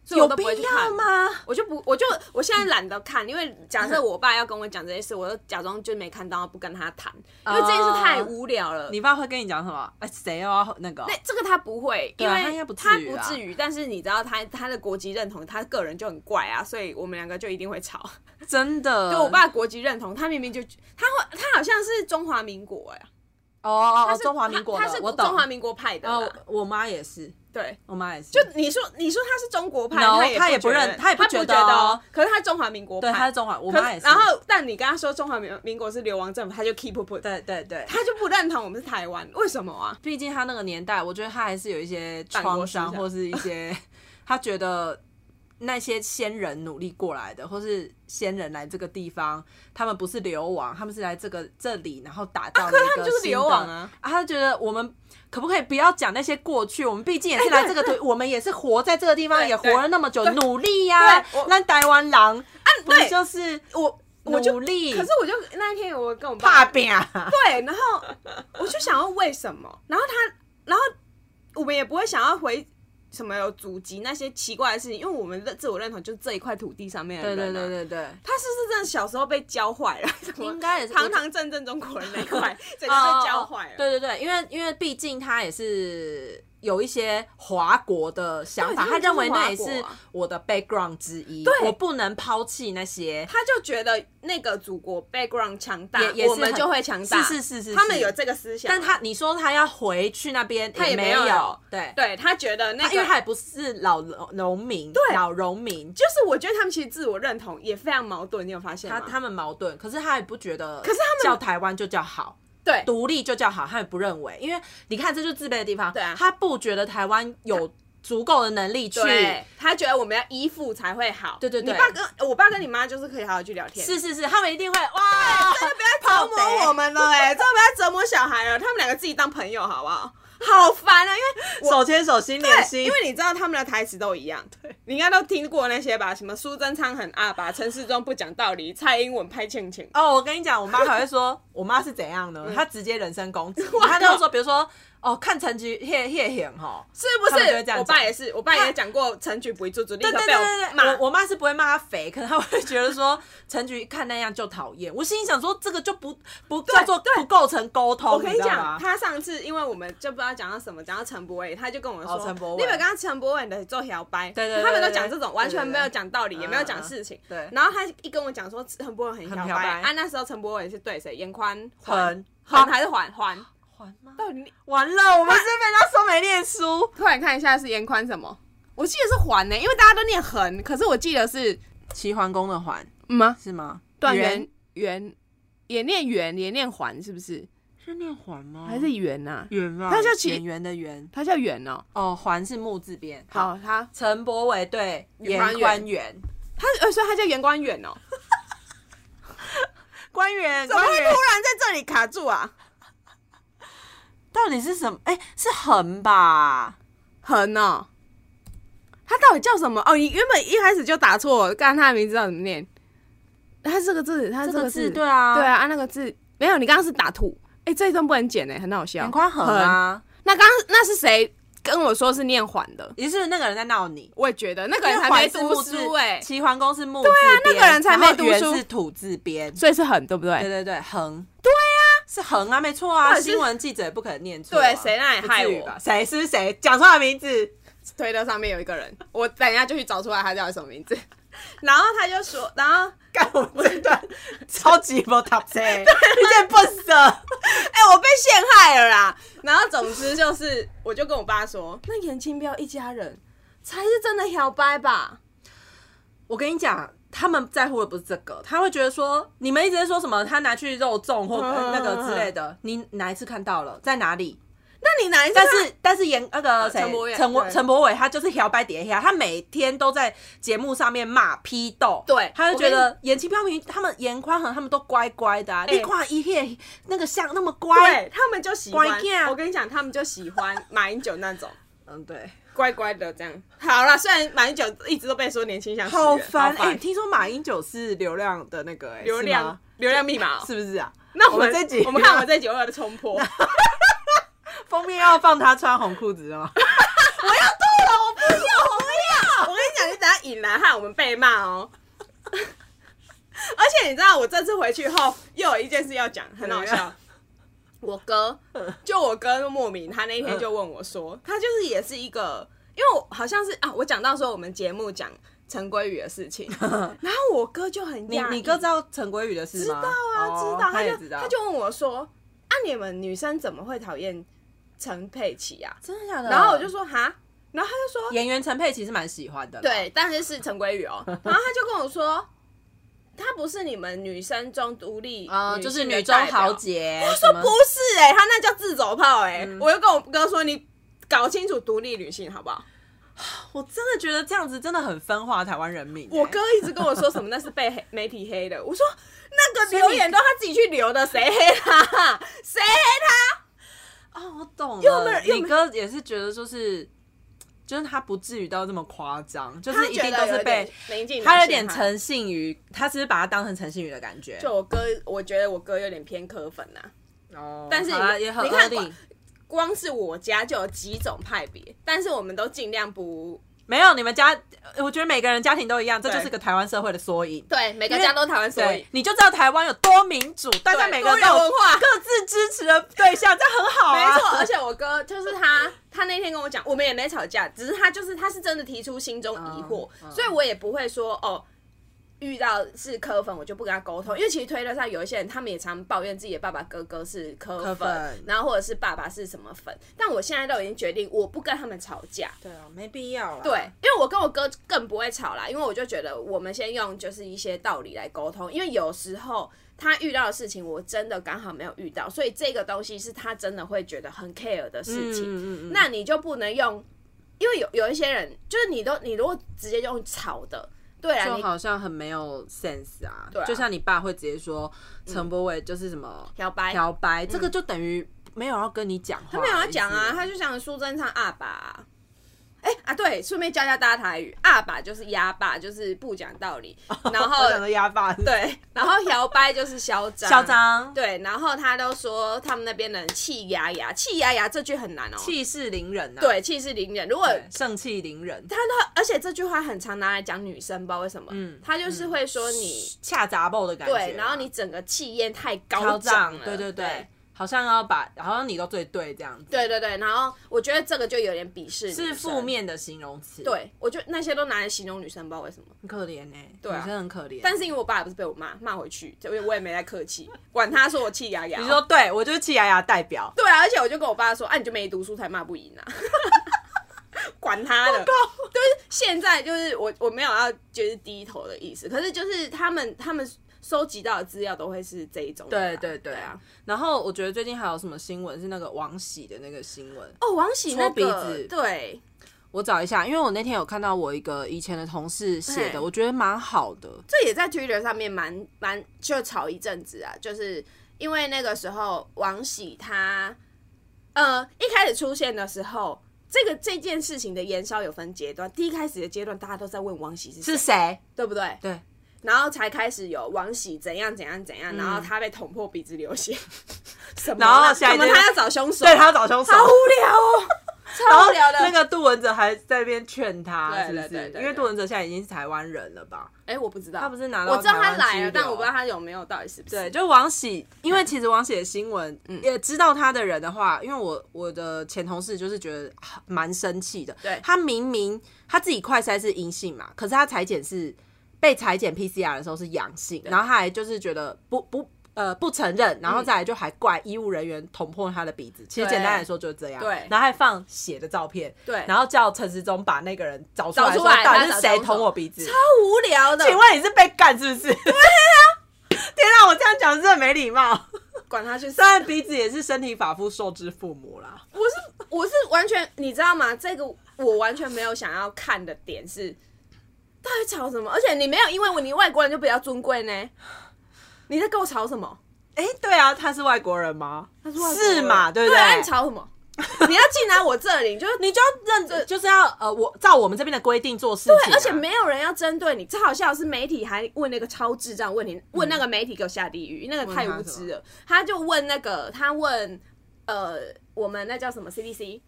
[SPEAKER 2] 所以
[SPEAKER 1] 有
[SPEAKER 2] 我都
[SPEAKER 1] 必
[SPEAKER 2] 不会去
[SPEAKER 1] 要
[SPEAKER 2] 看
[SPEAKER 1] 吗？
[SPEAKER 2] 我就不，我就我现在懒得看，因为假设我爸要跟我讲这些事，我就假装就没看到，不跟他谈，因为这件事太无聊了。
[SPEAKER 1] 你爸会跟你讲什么？哎，谁又要那个哦？
[SPEAKER 2] 那这个他不会，
[SPEAKER 1] 对
[SPEAKER 2] 因
[SPEAKER 1] 啊
[SPEAKER 2] 为
[SPEAKER 1] 他应该不至
[SPEAKER 2] 他
[SPEAKER 1] 于
[SPEAKER 2] 不
[SPEAKER 1] 啊
[SPEAKER 2] 至于，但是你知道他他的国籍认同，他个人就很怪啊，所以我们两个就一定会吵。
[SPEAKER 1] 真的，
[SPEAKER 2] 就我爸国籍认同，他明明就他会他好像是中华民国呀、
[SPEAKER 1] 哦哦
[SPEAKER 2] 他
[SPEAKER 1] 哦，
[SPEAKER 2] 是
[SPEAKER 1] 中华民国的
[SPEAKER 2] 他，他是
[SPEAKER 1] 我懂。
[SPEAKER 2] 中华民国派的啦、
[SPEAKER 1] 哦，我妈也是，
[SPEAKER 2] 对。
[SPEAKER 1] 我妈也是，
[SPEAKER 2] 就你说你说他是中国派
[SPEAKER 1] No，
[SPEAKER 2] 他
[SPEAKER 1] 他也
[SPEAKER 2] 不
[SPEAKER 1] 不
[SPEAKER 2] 觉得
[SPEAKER 1] 认他也不
[SPEAKER 2] 不
[SPEAKER 1] 觉
[SPEAKER 2] 得
[SPEAKER 1] 得哦
[SPEAKER 2] 可是他中华民国派，
[SPEAKER 1] 对，她是中华，我
[SPEAKER 2] 可
[SPEAKER 1] 妈也
[SPEAKER 2] 是
[SPEAKER 1] 是。
[SPEAKER 2] 然后，但你跟他说中华民民国是流亡政府，他就 keep put，
[SPEAKER 1] 对对对，
[SPEAKER 2] 他就不认同我们是台湾，为什么啊？
[SPEAKER 1] 毕竟他那个年代，我觉得他还是有一些
[SPEAKER 2] 反
[SPEAKER 1] 创
[SPEAKER 2] 国思 想
[SPEAKER 1] 伤，或是一些他觉得那些先人努力过来的，或是先人来这个地方，他们不是流亡，他们是来这个这里，然后打造、那个
[SPEAKER 2] 他们就
[SPEAKER 1] 新
[SPEAKER 2] 是
[SPEAKER 1] 的
[SPEAKER 2] 流亡啊！
[SPEAKER 1] 啊，他觉得我们可不可以不要讲那些过 去？我们毕竟也是来这个土，我们也是活在这个地方，
[SPEAKER 2] 对
[SPEAKER 1] 也活了那么久，
[SPEAKER 2] 对
[SPEAKER 1] 努力呀、
[SPEAKER 2] 对我
[SPEAKER 1] 那台湾狼啊，不
[SPEAKER 2] 对
[SPEAKER 1] 就是
[SPEAKER 2] 我我就
[SPEAKER 1] 努力
[SPEAKER 2] 可是我就那一天我跟我
[SPEAKER 1] 怕
[SPEAKER 2] 爸
[SPEAKER 1] 病 啊？
[SPEAKER 2] 对，然后我就想要为 什么，然后他，然后我们也不会想要回什么有祖籍那些奇怪的事情，因为我们的自我认同就是这一块土地上面的
[SPEAKER 1] 对
[SPEAKER 2] 人、啊
[SPEAKER 1] 对对。对对。
[SPEAKER 2] 他是不是真的小时候被教坏了？什么
[SPEAKER 1] 应该也是
[SPEAKER 2] 堂堂正正中国人那 一块，整个
[SPEAKER 1] 哦
[SPEAKER 2] 被教坏了。
[SPEAKER 1] 对对对，因为因为毕竟他也是有一些华国的想法，
[SPEAKER 2] 对
[SPEAKER 1] 他
[SPEAKER 2] 他就是
[SPEAKER 1] 认为那也
[SPEAKER 2] 华
[SPEAKER 1] 是
[SPEAKER 2] 国啊
[SPEAKER 1] 我的 background 之一，
[SPEAKER 2] 对
[SPEAKER 1] 我不能抛弃那些。
[SPEAKER 2] 他就觉得那个祖国 background 强大，
[SPEAKER 1] 也也是
[SPEAKER 2] 我们
[SPEAKER 1] 很
[SPEAKER 2] 就会强大。
[SPEAKER 1] 是是是是
[SPEAKER 2] 他们有这个思想，
[SPEAKER 1] 但他你说他要回去那边，
[SPEAKER 2] 他也
[SPEAKER 1] 没
[SPEAKER 2] 没有
[SPEAKER 1] 对，
[SPEAKER 2] 对他觉得那
[SPEAKER 1] 他
[SPEAKER 2] 个，
[SPEAKER 1] 因为他也不是老农农民，
[SPEAKER 2] 对
[SPEAKER 1] 老农民，
[SPEAKER 2] 就是我觉得他们其实自我认同也非常矛盾，你有发现
[SPEAKER 1] 他
[SPEAKER 2] 吗？
[SPEAKER 1] 他们矛盾，可是他也不觉得，可
[SPEAKER 2] 是他
[SPEAKER 1] 叫
[SPEAKER 2] 们
[SPEAKER 1] 台湾就叫好，
[SPEAKER 2] 对
[SPEAKER 1] 独立就叫好汉不认为，因为你看这就是自卑的地方，
[SPEAKER 2] 对啊
[SPEAKER 1] 他不觉得台湾有足够的能力去，
[SPEAKER 2] 对，他觉得我们要依附才会好。
[SPEAKER 1] 对对对
[SPEAKER 2] 你爸跟我爸跟你妈就是可以好好去聊天。
[SPEAKER 1] 是是是，他们一定会哇，
[SPEAKER 2] 真的不要折磨我们了哎、 真的不要折磨小孩了，他们两个自己当朋友好不好？好烦啊，因 为
[SPEAKER 1] 手牵手心连
[SPEAKER 2] 对，
[SPEAKER 1] 心，
[SPEAKER 2] 因为你知道他们的台词都一样，对，你应该都听过那些吧？什么苏贞昌很阿吧，陈世忠不讲道理，蔡英文拍庆庆，
[SPEAKER 1] 哦，我跟你讲，我妈还会说， 我妈是怎样呢？
[SPEAKER 2] 嗯
[SPEAKER 1] 她直接人身攻 击，她
[SPEAKER 2] 靠
[SPEAKER 1] 就说，比如说，哦，看成绩谢谢险哈，
[SPEAKER 2] 是不
[SPEAKER 1] 他们就会这
[SPEAKER 2] 是？
[SPEAKER 1] 样
[SPEAKER 2] 我
[SPEAKER 1] 讲
[SPEAKER 2] 爸也是，我爸也讲过陈局不会做主，立
[SPEAKER 1] 对
[SPEAKER 2] 刻
[SPEAKER 1] 对
[SPEAKER 2] 被
[SPEAKER 1] 对
[SPEAKER 2] 我
[SPEAKER 1] 对
[SPEAKER 2] 骂
[SPEAKER 1] 对，。我我妈是不会骂她肥，可能她会觉得说 陈菊看那样就讨厌。我心里想说，这个就不不叫做不构成沟通，
[SPEAKER 2] 我跟
[SPEAKER 1] 哦你
[SPEAKER 2] 你
[SPEAKER 1] 知道
[SPEAKER 2] 讲，
[SPEAKER 1] 吗
[SPEAKER 2] 他上次因为我们就不知道讲到什么，讲到陈柏伟，他就跟我们说，
[SPEAKER 1] 哦陈柏伟
[SPEAKER 2] 你们刚刚陈柏伟的做摇摆，
[SPEAKER 1] 对对对
[SPEAKER 2] 他们都讲这种，完
[SPEAKER 1] 对
[SPEAKER 2] 全
[SPEAKER 1] 对对
[SPEAKER 2] 没有讲道理，
[SPEAKER 1] 嗯
[SPEAKER 2] 也没有讲事情。
[SPEAKER 1] 对
[SPEAKER 2] 然后他一跟我讲说陈柏伟很摇
[SPEAKER 1] 很摇摆
[SPEAKER 2] 摆，啊，那时候陈柏伟是对谁？严宽
[SPEAKER 1] 很
[SPEAKER 2] 环还是环环？
[SPEAKER 1] 还吗？
[SPEAKER 2] 到底
[SPEAKER 1] 完了，我们是被他说没念书。
[SPEAKER 2] 突然看一下是严宽什么？我记得是环呢、因为大家都念横，可是我记得是
[SPEAKER 1] 齐桓公的桓
[SPEAKER 2] 吗？
[SPEAKER 1] 是吗？
[SPEAKER 2] 段圆圆也念圆也念环是不是？
[SPEAKER 1] 是念桓吗？
[SPEAKER 2] 还是圆呐、
[SPEAKER 1] 圆啊？
[SPEAKER 2] 他叫齐
[SPEAKER 1] 演员的圆
[SPEAKER 2] 他叫圆哦、
[SPEAKER 1] 哦，桓是木字边。，
[SPEAKER 2] 好，他
[SPEAKER 1] 陈柏伟对
[SPEAKER 2] 严
[SPEAKER 1] 严
[SPEAKER 2] 宽
[SPEAKER 1] 官员。
[SPEAKER 2] 他呃，所以他叫严官远哦、
[SPEAKER 1] 官员，
[SPEAKER 2] 怎么
[SPEAKER 1] 官
[SPEAKER 2] 会突
[SPEAKER 1] 员
[SPEAKER 2] 然在这里卡住啊？
[SPEAKER 1] 到底是什么？哎、是横吧？
[SPEAKER 2] 恒哦，他到底叫什么？哦，你原本一开始就打错，刚刚他的名字要怎么念？他这个字，他
[SPEAKER 1] 这
[SPEAKER 2] 个
[SPEAKER 1] 个
[SPEAKER 2] 字，
[SPEAKER 1] 字对啊，
[SPEAKER 2] 对，啊，啊那个字没有，你刚刚是打土，哎、这一段不能剪哎、很好笑。
[SPEAKER 1] 眼宽横啊。
[SPEAKER 2] 那刚刚那是谁跟我说是念缓的？
[SPEAKER 1] 也是那个人在闹你，
[SPEAKER 2] 我也觉得那
[SPEAKER 1] 那
[SPEAKER 2] 个人才没读书哎、
[SPEAKER 1] 齐桓公是木字边，对
[SPEAKER 2] 那个人才没读书
[SPEAKER 1] 是土字边，
[SPEAKER 2] 所以是很对不
[SPEAKER 1] 对
[SPEAKER 2] 对？
[SPEAKER 1] 对对，横，对啊，是横啊，没错
[SPEAKER 2] 到
[SPEAKER 1] 啊，
[SPEAKER 2] 底是
[SPEAKER 1] 新闻记者也不可能念错啊、
[SPEAKER 2] 对谁让你
[SPEAKER 1] 不
[SPEAKER 2] 害
[SPEAKER 1] 至于
[SPEAKER 2] 我
[SPEAKER 1] 吧？谁是谁？讲出来名字，
[SPEAKER 2] 推特上面有一个人，我等一下就去找出来他叫什么名字。 然后他就说，然后
[SPEAKER 1] 干我们这 段超级不搭配，有点笨色。
[SPEAKER 2] 哎、我被陷害了啦。然后总之就是，我就跟我爸说，那严清标一家人才是真的摇摆吧？
[SPEAKER 1] 我跟你讲，他们在乎的不是这个，他会觉得说你们一直在说什么，他拿去肉粽或
[SPEAKER 2] 嗯
[SPEAKER 1] 那个之类的，你哪一次看到了，在哪里？
[SPEAKER 2] 那你哪一次
[SPEAKER 1] 但是但是严那个
[SPEAKER 2] 呃
[SPEAKER 1] 谁
[SPEAKER 2] 陈柏远
[SPEAKER 1] 陈柏
[SPEAKER 2] 对
[SPEAKER 1] 陈柏伟他就是摇摆叠下，他每天都在节目上面骂批斗，
[SPEAKER 2] 对
[SPEAKER 1] 他就觉
[SPEAKER 2] 我
[SPEAKER 1] 得严清标明他们严宽恒他们都乖乖的、啊，
[SPEAKER 2] 哎
[SPEAKER 1] 你看一片那个像那么乖，
[SPEAKER 2] 对他们就喜
[SPEAKER 1] 乖
[SPEAKER 2] 欢
[SPEAKER 1] 囝？
[SPEAKER 2] 我跟你讲，他们就喜欢马英九 那种
[SPEAKER 1] 嗯对，
[SPEAKER 2] 乖乖的这样。好啦，虽然马英九一直都被说年轻像死人
[SPEAKER 1] 好烦哎、
[SPEAKER 2] 嗯好
[SPEAKER 1] 听说马英九是流量的那个、哎，
[SPEAKER 2] 流
[SPEAKER 1] 是吗
[SPEAKER 2] 量流量密码哦、
[SPEAKER 1] 是不是啊？
[SPEAKER 2] 那我们
[SPEAKER 1] 我们这集
[SPEAKER 2] 我们看我们这集有没有冲 破？
[SPEAKER 1] 封面要放他穿红裤子 的吗？
[SPEAKER 2] 我跟你讲，你等下引来害我们被骂哦。 而且你知道，我这次回去后又有一件事要讲，很好
[SPEAKER 1] 怎么
[SPEAKER 2] 笑
[SPEAKER 1] 样。 嗯
[SPEAKER 2] 我哥，就我哥莫名，他那一天就问我说，他就是也是一个，因为我好像是啊，我讲到说我们节目讲陈鲑宇的事 情，然后我哥就很
[SPEAKER 1] 你
[SPEAKER 2] 讶异
[SPEAKER 1] 你哥知道陈规宇的事
[SPEAKER 2] 知道
[SPEAKER 1] 吗？
[SPEAKER 2] 啊，
[SPEAKER 1] 哦
[SPEAKER 2] 知道，
[SPEAKER 1] 他
[SPEAKER 2] 他
[SPEAKER 1] 也
[SPEAKER 2] 就
[SPEAKER 1] 知道，
[SPEAKER 2] 他就问我说，啊，你们女生怎么会讨厌陈佩琪啊？
[SPEAKER 1] 真的假的？
[SPEAKER 2] 然后我就说哈，然后他就说
[SPEAKER 1] 演员陈佩琪是蛮喜欢的啦，
[SPEAKER 2] 对，但是是陈归宇 哦。然后他就跟我说，他不是你们女生中独立
[SPEAKER 1] 啊，就是
[SPEAKER 2] 性的
[SPEAKER 1] 女中
[SPEAKER 2] 代表
[SPEAKER 1] 豪。杰，
[SPEAKER 2] 他
[SPEAKER 1] 什
[SPEAKER 2] 说
[SPEAKER 1] 么嗯
[SPEAKER 2] 不是哎、他那叫自走炮哎、我就跟我哥说，你搞清楚独立女性好 不好？
[SPEAKER 1] 我真的觉得这样子真的很分化台湾人民欸、
[SPEAKER 2] 我哥一直跟我说什么那是被黑媒体黑的，我说那个
[SPEAKER 1] 所以
[SPEAKER 2] 留
[SPEAKER 1] 你
[SPEAKER 2] 言都他自己去留的，谁黑 他？谁
[SPEAKER 1] 哦，我懂
[SPEAKER 2] 因为我
[SPEAKER 1] 了。
[SPEAKER 2] 们因为我
[SPEAKER 1] 你
[SPEAKER 2] 们
[SPEAKER 1] 哥也是觉得就是，就是他不至于到这么夸张，就
[SPEAKER 2] 黑他？
[SPEAKER 1] 是一定都是被
[SPEAKER 2] 林静，
[SPEAKER 1] 他有点。陈信宇，他只是把他当成陈信宇的感觉。
[SPEAKER 2] 就我哥，我觉得我哥有点偏科粉呐、
[SPEAKER 1] 哦，
[SPEAKER 2] 但是
[SPEAKER 1] 好啦
[SPEAKER 2] 你
[SPEAKER 1] 也很
[SPEAKER 2] 你
[SPEAKER 1] 恶
[SPEAKER 2] 看
[SPEAKER 1] 劣。
[SPEAKER 2] 光是我家就有几种派别，但是我们都尽量不
[SPEAKER 1] 没有，你们家，我觉得每个人家庭都一样，这就是个台湾社会的缩影。
[SPEAKER 2] 对，每个家都台湾所以
[SPEAKER 1] 对，你就知道台湾有多民主，大家每个人都
[SPEAKER 2] 多元
[SPEAKER 1] 有
[SPEAKER 2] 文化
[SPEAKER 1] 各自支持的对象，这样很好啊。
[SPEAKER 2] 没错，而且我哥就是他， 他那天跟我讲，我们也没吵架，只是他就是他是真的提出心中疑惑，
[SPEAKER 1] 嗯嗯
[SPEAKER 2] 所以我也不会说哦。遇到是科粉，我就不跟他沟通，因为其实推特上有一些人，他们也常抱怨自己的爸爸、哥哥是科粉，
[SPEAKER 1] 科粉
[SPEAKER 2] 然后或者是爸爸是什么粉。但我现在都已经决定，我不跟他们吵架。
[SPEAKER 3] 对啊，没必要了。
[SPEAKER 2] 对，因为我跟我哥更不会吵啦，因为我就觉得我们先用就是一些道理来沟通，因为有时候他遇到的事情我真的刚好没有遇到，所以这个东西是他真的会觉得很 care 的事情，
[SPEAKER 1] 嗯嗯嗯
[SPEAKER 2] 那你就不能用，因为有有一些人就是你都你如果直接用吵的，对啊，
[SPEAKER 1] 就
[SPEAKER 2] 你
[SPEAKER 1] 好像很没有 sense 啊。
[SPEAKER 2] 对啊
[SPEAKER 1] 就像你爸会直接说陈柏伟就是什么
[SPEAKER 2] 漂白
[SPEAKER 1] 漂白，这个就等于没有要跟你讲话，他
[SPEAKER 2] 他没有要讲啊，他就想苏贞昌阿爸、哎、啊，对，顺便教教大家台语，阿爸就是鸭爸，就是不讲道理，然 后
[SPEAKER 1] 我想说压爸对
[SPEAKER 2] 对，然后摇摆就是嚣张，
[SPEAKER 1] 嚣张，
[SPEAKER 2] 对，然后他都说他们那边的人气压压，气压压这句很难哦、
[SPEAKER 1] 气势凌人啊，
[SPEAKER 2] 对，气势凌人。如果
[SPEAKER 1] 对，盛气凌人，
[SPEAKER 2] 他那，而且这句话很常拿来讲女生，不知道为什么，
[SPEAKER 1] 嗯
[SPEAKER 2] 他就是会说你、
[SPEAKER 1] 恰杂爆的感觉啊，
[SPEAKER 2] 对，然后你整个气焰太高
[SPEAKER 1] 嚣
[SPEAKER 2] 涨
[SPEAKER 1] 张，
[SPEAKER 2] 了，
[SPEAKER 1] 对对
[SPEAKER 2] 对
[SPEAKER 1] 对，好像要把好像你都最对这样子，
[SPEAKER 2] 对对对，然后我觉得这个就有点鄙视，
[SPEAKER 1] 是负，面的形容词，，
[SPEAKER 2] 对我就那些都拿来形容女生，不知道为什么。
[SPEAKER 1] 很可怜呢，
[SPEAKER 2] 对啊
[SPEAKER 1] 女生很可怜，
[SPEAKER 2] 但是因为我爸也不是被我骂骂回去，就我也没太客气，管他说我气压压。哦
[SPEAKER 1] 你说对我就是气牙牙代表，
[SPEAKER 2] 对啊，而且我就跟我爸说，啊，你就没读书才骂不赢啊， 管他的。就是现在就是我我没有要就是低头的意思，可是就是他们他们收集到的资料都会是这一种的
[SPEAKER 1] 对
[SPEAKER 2] 啦。
[SPEAKER 1] 对对
[SPEAKER 2] 对啊！
[SPEAKER 1] 然后我觉得最近还有什么新闻是那个王喜的那个新闻，
[SPEAKER 2] 哦，王喜那
[SPEAKER 1] 戳鼻
[SPEAKER 2] 个
[SPEAKER 1] 子
[SPEAKER 2] 对，
[SPEAKER 1] 我找一下，因为我那天有看到我一个以前的同事写
[SPEAKER 2] 对
[SPEAKER 1] 的，我觉得蛮好的。
[SPEAKER 2] 这也在 Twitter 上面蛮蛮就吵一阵子啊，就是因为那个时候王喜他呃一开始出现的时候。这个这件事情的延烧有分阶段，第一开始的阶段大家都在问王喜是
[SPEAKER 1] 是
[SPEAKER 2] 谁，
[SPEAKER 1] 谁？
[SPEAKER 2] 对不对？
[SPEAKER 1] 对，
[SPEAKER 2] 然后才开始有王喜怎样怎样怎样，然后他被捅破鼻子流血，什
[SPEAKER 1] 嗯
[SPEAKER 2] 么啦？
[SPEAKER 1] 然后下一
[SPEAKER 2] 什么
[SPEAKER 1] 件
[SPEAKER 2] 他要找凶手？
[SPEAKER 1] 对他要找凶手
[SPEAKER 2] 好。无聊哦，超无聊的。
[SPEAKER 1] 那个杜文泽还在那边劝他，
[SPEAKER 2] 对
[SPEAKER 1] 是不
[SPEAKER 2] 对对对
[SPEAKER 1] 是？
[SPEAKER 2] 对
[SPEAKER 1] 因为杜文泽现在已经是台湾人了吧？
[SPEAKER 2] 哎，我不知道，
[SPEAKER 1] 他不是拿到
[SPEAKER 2] 我知道他
[SPEAKER 1] 台湾
[SPEAKER 2] 来了，
[SPEAKER 1] 居留
[SPEAKER 2] 但我不知道他有没有到底是不是。嗯
[SPEAKER 1] 对，就王 喜，因为其实王喜的新闻、也知道他的人的话，因为我我的前同事就是觉得蛮生气的。
[SPEAKER 2] 对
[SPEAKER 1] 他明明他自己快筛是阴性嘛，可是他裁剪是被裁剪 PCR 的时候是阳性，然后他还就是觉得不不呃不承认，然后再来就还怪医务人员捅破他的鼻子。其实
[SPEAKER 2] 嗯对
[SPEAKER 1] 简单来说就是这样。
[SPEAKER 2] 对
[SPEAKER 1] 然后还放血的照片，
[SPEAKER 2] 对
[SPEAKER 1] 然后叫陈时中把那个人找出
[SPEAKER 2] 找
[SPEAKER 1] 来，
[SPEAKER 2] 出
[SPEAKER 1] 说
[SPEAKER 2] 来
[SPEAKER 1] 到
[SPEAKER 2] 他
[SPEAKER 1] 底
[SPEAKER 2] 找
[SPEAKER 1] 是谁
[SPEAKER 2] 凶手
[SPEAKER 1] 捅我鼻子？
[SPEAKER 2] 超无聊的，
[SPEAKER 1] 请问你是被干是不是？对呀、天啊，我这样讲真的没礼貌。
[SPEAKER 2] 管他去死
[SPEAKER 1] 虽！然鼻子也是身体发肤受之父母啦，
[SPEAKER 2] 我是我是完全，你知道吗？这个我完全没有想要看的点是，到底吵什么？而且你没有，因为你外国人就比较尊贵呢，你在跟我吵什么？
[SPEAKER 1] 哎、对啊，他是外国人吗？他
[SPEAKER 2] 是外国人
[SPEAKER 1] 是嘛，对不
[SPEAKER 2] 对啊，你
[SPEAKER 1] 对？
[SPEAKER 2] 吵什么？你要进来我这里，你就你就认真。
[SPEAKER 1] 就是要呃，我照我们这边的规定做事情、啊
[SPEAKER 2] 对，而且没有人要针对你。最好笑的是，媒体还问那个超智障问题，
[SPEAKER 1] 嗯
[SPEAKER 2] 问那个媒体给我下地狱，那个太无知了。他就问那个，他问呃，我们那叫什么 CDC，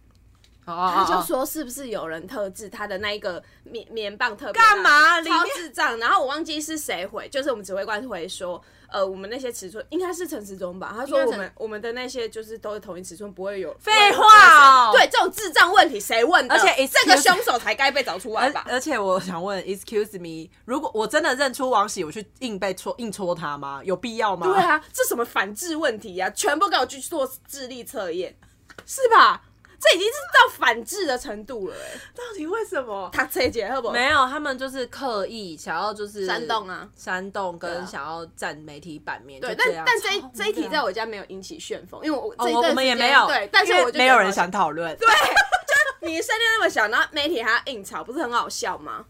[SPEAKER 2] 他
[SPEAKER 1] 他
[SPEAKER 2] 就说是不是有人特制他的那一个棉棉棒特别
[SPEAKER 1] 干嘛里面
[SPEAKER 2] 大超智障！然后我忘记是谁回，就是我们指挥官回说，呃，我们那些尺寸应该是陈时中吧？他说
[SPEAKER 1] 应该
[SPEAKER 2] 我
[SPEAKER 1] 陈
[SPEAKER 2] 们我们的那些就是都是同一尺寸，不会有
[SPEAKER 1] 废话哦
[SPEAKER 2] 对，这种智障问题谁问的？
[SPEAKER 1] 而且
[SPEAKER 2] 这个
[SPEAKER 1] excuse-
[SPEAKER 2] 凶手才该被找出来
[SPEAKER 1] 而
[SPEAKER 2] 吧？
[SPEAKER 1] 而且我想问，Excuse me，如果我真的认出王喜，我去硬被戳硬戳他吗？有必要吗？
[SPEAKER 2] 对啊，这什么反制问题啊？全部给我去做智力测验，是吧？这已经是到反制的程度了、欸，
[SPEAKER 1] 到底为什么？
[SPEAKER 2] 他这节好不好？
[SPEAKER 1] 没有，他们就是刻意想要就是
[SPEAKER 2] 煽动啊
[SPEAKER 1] 煽动
[SPEAKER 2] 对
[SPEAKER 1] 跟
[SPEAKER 2] 啊
[SPEAKER 1] 想要占媒体版面。
[SPEAKER 2] 对，
[SPEAKER 1] 就这
[SPEAKER 2] 但
[SPEAKER 1] 样
[SPEAKER 2] 但这一
[SPEAKER 1] 超无
[SPEAKER 2] 这一题
[SPEAKER 1] 聊
[SPEAKER 2] 在我家没有引起旋风，因为我
[SPEAKER 1] 哦
[SPEAKER 2] 这一
[SPEAKER 1] 我
[SPEAKER 2] 段
[SPEAKER 1] 我们
[SPEAKER 2] 时
[SPEAKER 1] 也
[SPEAKER 2] 间
[SPEAKER 1] 没有，
[SPEAKER 2] 对，但是
[SPEAKER 1] 因为
[SPEAKER 2] 我就
[SPEAKER 1] 没
[SPEAKER 2] 觉
[SPEAKER 1] 有
[SPEAKER 2] 得
[SPEAKER 1] 人想讨论。对，
[SPEAKER 2] 你声音那么小，然后媒体还要硬吵，不是很好笑吗？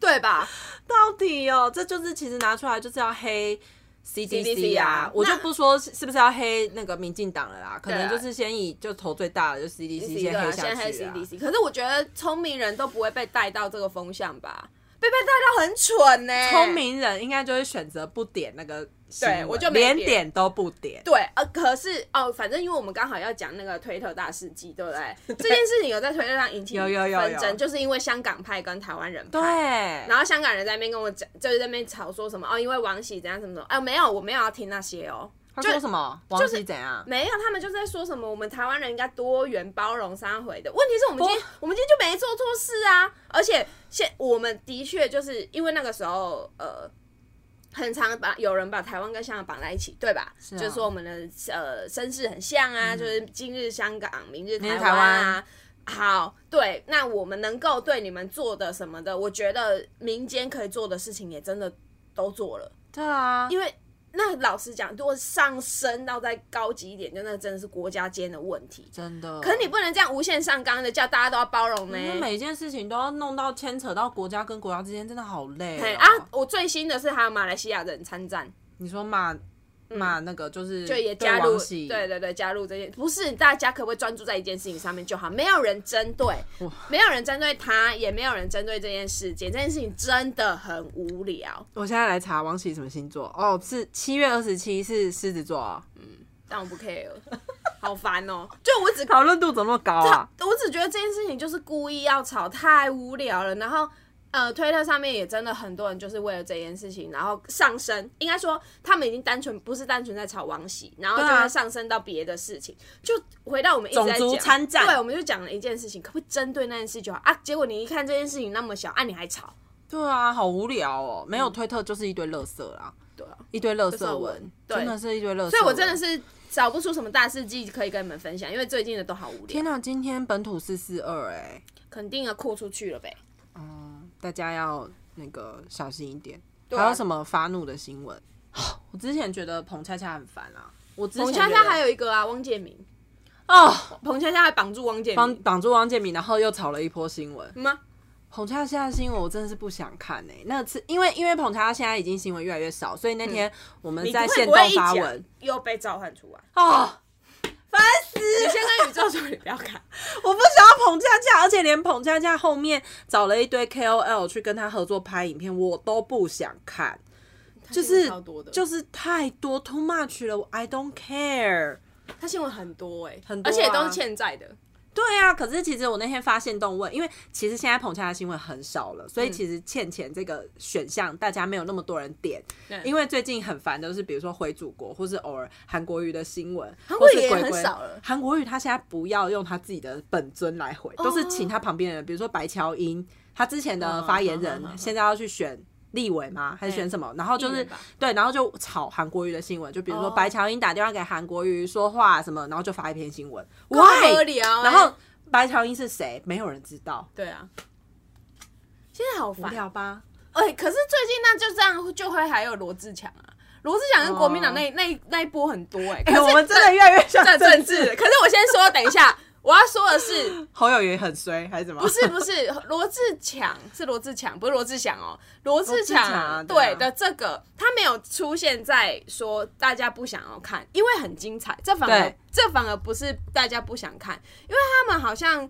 [SPEAKER 2] 对吧？
[SPEAKER 1] 到底哦，这就是其实拿出来就是要黑 CDC 啊，
[SPEAKER 2] 啊
[SPEAKER 1] 我就
[SPEAKER 2] 那
[SPEAKER 1] 不说是是不是要黑那个民进党了啦，可
[SPEAKER 2] 对啊
[SPEAKER 1] 能就是先以就头最大的就 CDC
[SPEAKER 2] 对啊，
[SPEAKER 1] 黑
[SPEAKER 2] 现
[SPEAKER 1] 下
[SPEAKER 2] 在黑
[SPEAKER 1] 去啊。
[SPEAKER 2] CDC，可是我觉得聪明人都不会被带到这个风向吧？被被带到很蠢欸呢、
[SPEAKER 1] 聪。明人应该就会选择不点那个新闻，
[SPEAKER 2] 对我就没
[SPEAKER 1] 连
[SPEAKER 2] 点
[SPEAKER 1] 点都不点。
[SPEAKER 2] 对，呃，可是哦，反正因为我们刚好要讲那个推特大事记，对 不对？这件事情有在推特上引起
[SPEAKER 1] 有有有
[SPEAKER 2] 纷争，
[SPEAKER 1] 有
[SPEAKER 2] 就是因为香港派跟台湾人派。
[SPEAKER 1] 对，啊然
[SPEAKER 2] 然后香港人在那边跟我讲，就是在那边吵说什么哦，因为王喜怎样怎么怎么，啊，没有，我没有要听那些哦，
[SPEAKER 1] 他
[SPEAKER 2] 就
[SPEAKER 1] 说什么？王喜怎样？
[SPEAKER 2] 没有，他们就是在说什么我们台湾人应该多元包容三回的。问题是我们今天我们今天就没做错事啊，而且现我们的确就是因为那个时候呃。很常把有人把台湾跟香港绑在一起，对吧？
[SPEAKER 1] 啊
[SPEAKER 2] 就是说我们的呃身世很像啊，就是今日香港，明日
[SPEAKER 1] 明日
[SPEAKER 2] 台湾啊。好，对，那我们能够对你们做的什么的，我觉得民间可以做的事情也真的都做了。
[SPEAKER 1] 对啊，
[SPEAKER 2] 因为那老实讲，如果上升到再高级一点，就那真的是国家间的问题。
[SPEAKER 1] 真的。
[SPEAKER 2] 可是你不能这样无限上纲的叫大家都要包容呢、
[SPEAKER 1] 因为每一件事情都要弄到牵扯到国家跟国家之间，真的好累、
[SPEAKER 2] 嘿
[SPEAKER 1] 哦、
[SPEAKER 2] 啊！我最新的是还有马来西亚人参战，
[SPEAKER 1] 你说骂骂那个就是
[SPEAKER 2] 嗯
[SPEAKER 1] 嗯
[SPEAKER 2] 就
[SPEAKER 1] 对
[SPEAKER 2] 也加入，
[SPEAKER 1] 王喜
[SPEAKER 2] 对对对，加入这件不是大家可不可以专注在一件事情上面就好？没有人针对
[SPEAKER 1] 哇，
[SPEAKER 2] 没有人针对他，也没有人针对这件事情，这件事情真的很无聊。
[SPEAKER 1] 我现在来查王喜什么星座哦，是七月二十七是狮子座、哦，
[SPEAKER 2] 但我不 care，好烦哦、就我只
[SPEAKER 1] 讨论度怎么那么高啊？
[SPEAKER 2] 我只觉得这件事情就是故意要吵，太无聊了。然后，呃，推特上面也真的很多人就是为了这件事情，然后上升。应该说，他们已经单纯不是单纯在吵王喜，然后就
[SPEAKER 1] 对啊
[SPEAKER 2] 会上升到别的事情。就回到我们一直
[SPEAKER 1] 种
[SPEAKER 2] 在
[SPEAKER 1] 族
[SPEAKER 2] 讲
[SPEAKER 1] 参战
[SPEAKER 2] 对，我们就讲了一件事情，可不可以针对那件事就好啊？结果你一看这件事情那么小，啊，你还吵，
[SPEAKER 1] 对啊，好无聊哦，没有推特就是一堆垃圾啦，
[SPEAKER 2] 嗯对啊。
[SPEAKER 1] 一堆垃圾
[SPEAKER 2] 垃圾
[SPEAKER 1] 文
[SPEAKER 2] 文，对
[SPEAKER 1] 真的是一堆垃圾。
[SPEAKER 2] 所以我真的。是找不出什么大事迹可以跟你们分享，因为最近的都好无聊
[SPEAKER 1] 天，哪、今天本土四四二哎，
[SPEAKER 2] 肯定要扩出去了呗。
[SPEAKER 1] 嗯大家要那个小心一点。
[SPEAKER 2] 啊
[SPEAKER 1] 还有什么发怒的新闻？我之前觉得彭恰恰很烦啊，我之前
[SPEAKER 2] 彭恰恰
[SPEAKER 1] 觉得
[SPEAKER 2] 还有一个啊，汪建民，
[SPEAKER 1] 哦，
[SPEAKER 2] 彭恰恰还绑住汪建
[SPEAKER 1] 帮
[SPEAKER 2] 民。
[SPEAKER 1] 绑住汪建民，然后又炒了一波新闻。
[SPEAKER 2] 吗？
[SPEAKER 1] 彭恰恰的新闻我真的是不想看哎、那次因为因为彭恰恰现在已经新闻越来越少，所以那天我们
[SPEAKER 2] 你
[SPEAKER 1] 在
[SPEAKER 2] 会
[SPEAKER 1] 线
[SPEAKER 2] 不
[SPEAKER 1] 动
[SPEAKER 2] 会一
[SPEAKER 1] 发
[SPEAKER 2] 讲
[SPEAKER 1] 文
[SPEAKER 2] 又被召唤出来。
[SPEAKER 1] 哦，
[SPEAKER 2] 你先跟宇宙说你不要 看，
[SPEAKER 1] 我不想要彭恰恰，而且连彭恰恰后面找了一堆 KOL 去跟他合作拍影片，我都不想看，就是
[SPEAKER 2] 超多的，
[SPEAKER 1] 就是太多 too much 了我，I don't care。
[SPEAKER 2] 他新闻很多哎、
[SPEAKER 1] 很多啊
[SPEAKER 2] 而且都是欠债的。
[SPEAKER 1] 对啊，可是其实我那天发现动问，因为其实现在捧恰的新闻很少了，
[SPEAKER 2] 嗯
[SPEAKER 1] 所以其实欠钱这个选项大家没有那么多人点，
[SPEAKER 2] 对
[SPEAKER 1] 因为最近很烦的就是比如说回祖国，或是偶尔韩国瑜的新闻，
[SPEAKER 2] 韩
[SPEAKER 1] 或
[SPEAKER 2] 国瑜
[SPEAKER 1] 是
[SPEAKER 2] 也
[SPEAKER 1] 鬼
[SPEAKER 2] 很
[SPEAKER 1] 鬼
[SPEAKER 2] 少了
[SPEAKER 1] 韩国瑜他现在不要用他自己的本尊来回，
[SPEAKER 2] 哦
[SPEAKER 1] 都是请他旁边的人，比如说白乔英，他之前的发言人
[SPEAKER 2] 嗯嗯嗯嗯
[SPEAKER 1] 现在要去选。立委吗？还是选什么？然后就
[SPEAKER 2] 议
[SPEAKER 1] 是
[SPEAKER 2] 员吧
[SPEAKER 1] 对，然后就炒韩国瑜的新闻，就比如说
[SPEAKER 2] 哦
[SPEAKER 1] 白乔英打电话给韩国瑜说话什么，然后就发一篇新闻。
[SPEAKER 2] 不
[SPEAKER 1] Why？
[SPEAKER 2] 合理啊！
[SPEAKER 1] 然后白乔英是谁？没有人知道，
[SPEAKER 2] 对啊，现在好
[SPEAKER 1] 无
[SPEAKER 2] 烦。
[SPEAKER 1] 聊吧？
[SPEAKER 2] 哎、可是最近那就这样，就会还有罗志强啊，罗志强跟国民党那、那那一波很多哎、可
[SPEAKER 1] 哎、
[SPEAKER 2] 是
[SPEAKER 1] 我们真的越来越像
[SPEAKER 2] 这
[SPEAKER 1] 政
[SPEAKER 2] 政
[SPEAKER 1] 治。
[SPEAKER 2] 治。可是我先说，等一下我要说的是，
[SPEAKER 1] 侯友宜很衰还是怎么？
[SPEAKER 2] 不是不是，罗志强是罗志强，不是罗志祥哦。罗志
[SPEAKER 1] 罗志祥啊
[SPEAKER 2] 强
[SPEAKER 1] 对啊
[SPEAKER 2] 对的这个，他没有出现在说大家不想要看，因为很精彩。这反而
[SPEAKER 1] 对
[SPEAKER 2] 这反而不是大家不想看，因为他们好像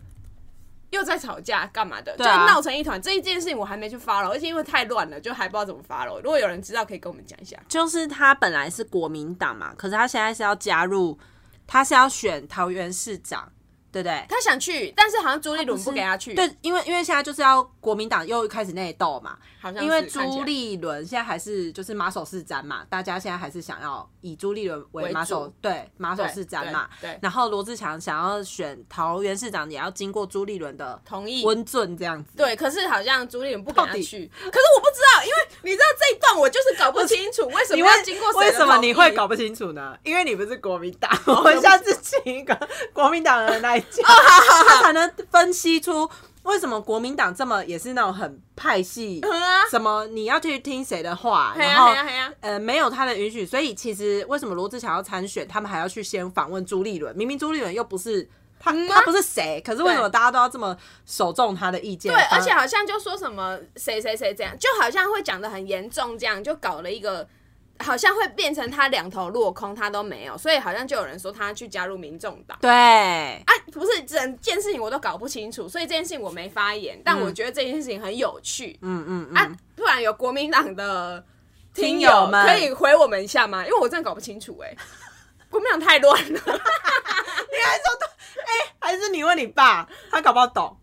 [SPEAKER 2] 又在吵架干嘛的，就
[SPEAKER 1] 对啊
[SPEAKER 2] 闹成一团。这一件事情我还没去发了，而且因为太乱了，就还不知道怎么发了。如果有人知道，可以跟我们讲一下。
[SPEAKER 1] 就是他本来是国民党嘛，可是他现在是要加入，他是要选桃园市长，对不对？
[SPEAKER 2] 他想去，但是好像朱立伦
[SPEAKER 1] 是
[SPEAKER 2] 不给他去，，
[SPEAKER 1] 对，因为因为现在就是要国民党又开始内斗嘛，
[SPEAKER 2] 好像
[SPEAKER 1] 因为
[SPEAKER 2] 是看起
[SPEAKER 1] 朱
[SPEAKER 2] 来
[SPEAKER 1] 立伦现在还是就是马首是瞻嘛，大家现在还是想要以朱立伦为
[SPEAKER 2] 为
[SPEAKER 1] 马首
[SPEAKER 2] 主
[SPEAKER 1] 对马首是瞻嘛。
[SPEAKER 2] 对对对
[SPEAKER 1] 然后罗志强想要选桃园市长，也要经过朱立伦的
[SPEAKER 2] 同意
[SPEAKER 1] 温准这样子。
[SPEAKER 2] 对，可是好像朱立伦不给
[SPEAKER 1] 到
[SPEAKER 2] 他
[SPEAKER 1] 底
[SPEAKER 2] 去，可是我不知道，因为你知道这一段我就是搞不清楚为什
[SPEAKER 1] 你
[SPEAKER 2] 么
[SPEAKER 1] 为
[SPEAKER 2] 要经过谁
[SPEAKER 1] 为
[SPEAKER 2] 的
[SPEAKER 1] 什么你会
[SPEAKER 2] 同意
[SPEAKER 1] 搞不清楚呢？因为你不是国民党，哦我们下次请一个国民党的人来 讲，他才能分析出为什么国民党这么也是那种很派系，
[SPEAKER 2] 嗯啊？
[SPEAKER 1] 什么你要去听谁的话，
[SPEAKER 2] 嘿
[SPEAKER 1] 然
[SPEAKER 2] 呀
[SPEAKER 1] 后
[SPEAKER 2] 嘿呀嘿呀！
[SPEAKER 1] 呃没有他的允许，所以其实为什么罗志祥要参选，他们还要去先访问朱立伦，明明朱立伦又不是。他
[SPEAKER 2] 嗯啊
[SPEAKER 1] 他不是谁，可是为什么大家都要这么首重他的意见？
[SPEAKER 2] 对，
[SPEAKER 1] 反
[SPEAKER 2] 而且好像就说什么谁谁谁这样，就好像会讲的很严重，这样就搞了一个。好像会变成他两头落空，他都没有，所以好像就有人说他去加入民众党
[SPEAKER 1] 对，
[SPEAKER 2] 啊，不是整件事情我都搞不清楚，所以这件事情我没发言，但我觉得这件事情很有趣，
[SPEAKER 1] 嗯嗯嗯，
[SPEAKER 2] 啊，不然有国民党的
[SPEAKER 1] 听
[SPEAKER 2] 听
[SPEAKER 1] 友
[SPEAKER 2] 友
[SPEAKER 1] 们
[SPEAKER 2] 可以回我们一下吗？因为我真的搞不清楚哎、 国民党太乱了，
[SPEAKER 1] 还是你问你爸，他搞不好懂。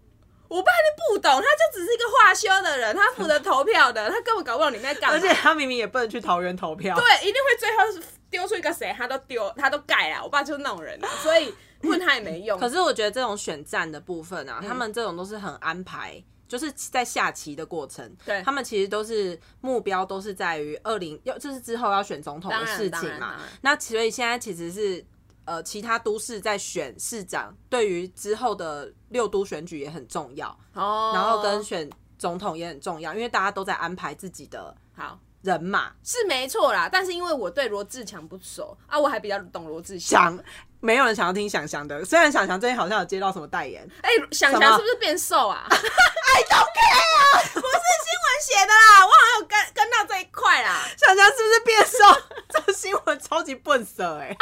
[SPEAKER 2] 我爸就不懂，他就只是一个化修的人，他负责投票 的，他根本搞不懂你在干嘛。
[SPEAKER 1] 而且他明明也不能去桃园投票。
[SPEAKER 2] 对，一定会最后是丢出一个谁，他都丢，他都盖啦。我爸就是那种 人啊，所以问他也没用。
[SPEAKER 1] 嗯可是我觉得这种选战的部分啊，他们这种都是很安排就是在下棋的过程，
[SPEAKER 2] 对
[SPEAKER 1] 他们其实都是目标都是在于二零要就是之后要选总统
[SPEAKER 2] 当
[SPEAKER 1] 的
[SPEAKER 2] 然
[SPEAKER 1] 事
[SPEAKER 2] 当
[SPEAKER 1] 情
[SPEAKER 2] 然
[SPEAKER 1] 嘛
[SPEAKER 2] 当然。
[SPEAKER 1] 那所以现在其实是呃，其他都市在选市长，对于之后的六都选举也很重要，
[SPEAKER 2] 哦，
[SPEAKER 1] 然后跟选总统也很重要，因为大家都在安排自己的
[SPEAKER 2] 好
[SPEAKER 1] 人马。
[SPEAKER 2] 是没错啦，但是因为我对罗志强不熟啊，我还比较懂罗志祥。
[SPEAKER 1] 想没有人想要听想想的，虽然想想最近好像有接到什么代言，
[SPEAKER 2] 哎、想
[SPEAKER 1] 什
[SPEAKER 2] 想
[SPEAKER 1] 么
[SPEAKER 2] 是不是变瘦啊？I don't care 啊，不是新闻写的啦，我好像有跟跟到这一块啦。
[SPEAKER 1] 想想是不是变瘦？这新闻超级笨色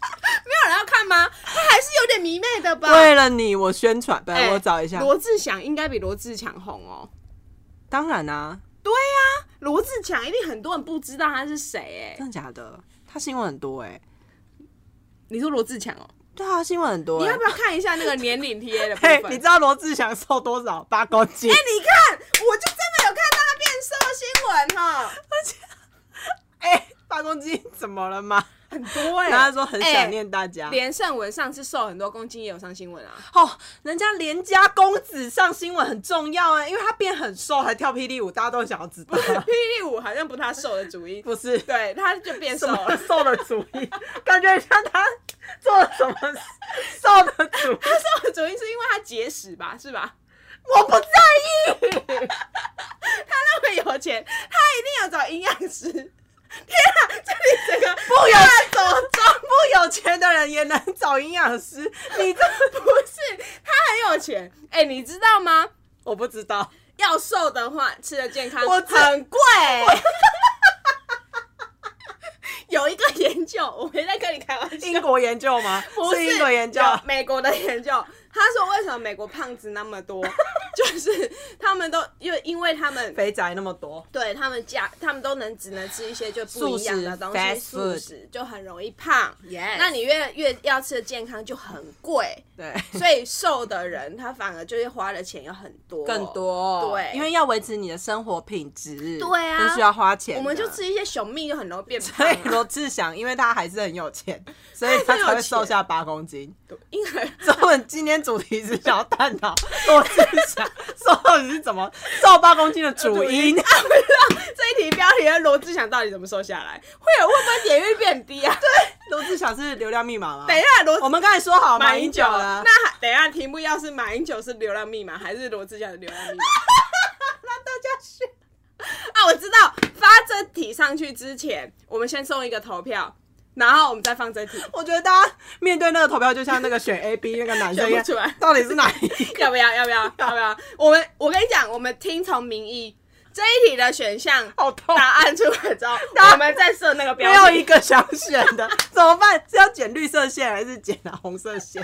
[SPEAKER 1] 哎、
[SPEAKER 2] 没有人要看吗？他还是有点迷妹的吧？
[SPEAKER 1] 为了你，我宣传，对，
[SPEAKER 2] 哎
[SPEAKER 1] 我找一下。
[SPEAKER 2] 罗志祥应该比罗志强红哦。
[SPEAKER 1] 当然啊，
[SPEAKER 2] 对呀、罗志强一定很多人不知道他是谁哎、
[SPEAKER 1] 真的假的？他新闻很多哎、
[SPEAKER 2] 你说罗志强哦？
[SPEAKER 1] 对啊，新闻很多、
[SPEAKER 2] 你
[SPEAKER 1] 欸
[SPEAKER 2] 要。不要看一下那个年龄贴的部
[SPEAKER 1] 嘿
[SPEAKER 2] 分？，哎
[SPEAKER 1] 你知道罗志祥瘦多少？八公斤。
[SPEAKER 2] 你看，我就真的有看到他变瘦的新闻哦哈，
[SPEAKER 1] 哎、八公斤怎么了吗？
[SPEAKER 2] 很多哎、
[SPEAKER 1] 然后他说很想念大家
[SPEAKER 2] 哎。连胜文上次瘦很多公斤也有上新闻 啊，
[SPEAKER 1] 哦，人家连家公子上新闻很重要哎、因为他变很瘦，还跳霹雳舞，大家都想要知道。
[SPEAKER 2] 霹雳舞好像不太瘦的主因，
[SPEAKER 1] 不是，
[SPEAKER 2] 对，他就变瘦
[SPEAKER 1] 什么
[SPEAKER 2] 了。
[SPEAKER 1] 瘦的主意，感觉像他做了什么瘦的主意，
[SPEAKER 2] 他瘦的主因是因为他节食吧，是吧？
[SPEAKER 1] 我不在意。
[SPEAKER 2] 那么有钱，他一定要找营养师。天啊，这里整个
[SPEAKER 1] 不有手中不有钱的人也能找营养师，你这
[SPEAKER 2] 不是他很有钱，哎、你知道吗？
[SPEAKER 1] 我不知道，
[SPEAKER 2] 要瘦的话，吃的健康
[SPEAKER 1] 我知
[SPEAKER 2] 很贵。有一个研究，我没在跟你 开玩笑，
[SPEAKER 1] 英国研究吗？
[SPEAKER 2] 不是
[SPEAKER 1] 英国研究，
[SPEAKER 2] 有美国的研究，他说为什么美国胖子那么多， 就是他们都因为因为他们
[SPEAKER 1] 肥宅那么多，
[SPEAKER 2] 对他们价，他们都能只能吃一些就不营养的东
[SPEAKER 1] 素
[SPEAKER 2] 西，
[SPEAKER 1] 食
[SPEAKER 2] 素
[SPEAKER 1] fast food
[SPEAKER 2] 食就很容易胖。
[SPEAKER 1] Yes
[SPEAKER 2] 那你越越要吃的健康就很贵，
[SPEAKER 1] 对，
[SPEAKER 2] 所以瘦的人他反而就是花的钱要很多，
[SPEAKER 1] 更。多，
[SPEAKER 2] 对
[SPEAKER 1] 因为要维持你的生活品质，
[SPEAKER 2] 对啊
[SPEAKER 1] 都需要花钱的，
[SPEAKER 2] 我们就吃一些熊蜜就很容易变胖
[SPEAKER 1] 所以
[SPEAKER 2] 啊、
[SPEAKER 1] 罗志祥，因为他还是很有 钱，所以他才会瘦下八公斤。
[SPEAKER 2] 对因为
[SPEAKER 1] 所以我们今天主题是想要探讨罗志祥瘦到底是怎么瘦八公斤的主因。
[SPEAKER 2] 这一题标题的罗志祥到底怎么瘦下来，会有会不会点阅率变低啊？对，
[SPEAKER 1] 罗志祥是流量密码吗？
[SPEAKER 2] 等一下罗
[SPEAKER 1] 我们刚才说好
[SPEAKER 2] 哦马
[SPEAKER 1] 马
[SPEAKER 2] 英
[SPEAKER 1] 英
[SPEAKER 2] 九啊
[SPEAKER 1] 九了，
[SPEAKER 2] 那还等一下题目要是马英九是流浪密码还是罗志祥的流浪 密码？那大家选啊！我知道发这题上去之前，我们先送一个投票，然后我们再放这 题，
[SPEAKER 1] 我觉得大家面对那个投票，就像那个选 A B 那个男生一样
[SPEAKER 2] 选不出来，
[SPEAKER 1] 到底是哪一个？
[SPEAKER 2] 要不要？要不要？要不要？我们我跟你讲，我们听从民意这一题的选项。
[SPEAKER 1] 好痛，
[SPEAKER 2] 答案出来 之后，我们再设那个
[SPEAKER 1] 没
[SPEAKER 2] 标
[SPEAKER 1] 有
[SPEAKER 2] 题
[SPEAKER 1] 一。个想选的，怎么办？是要剪绿色线还是剪红色线？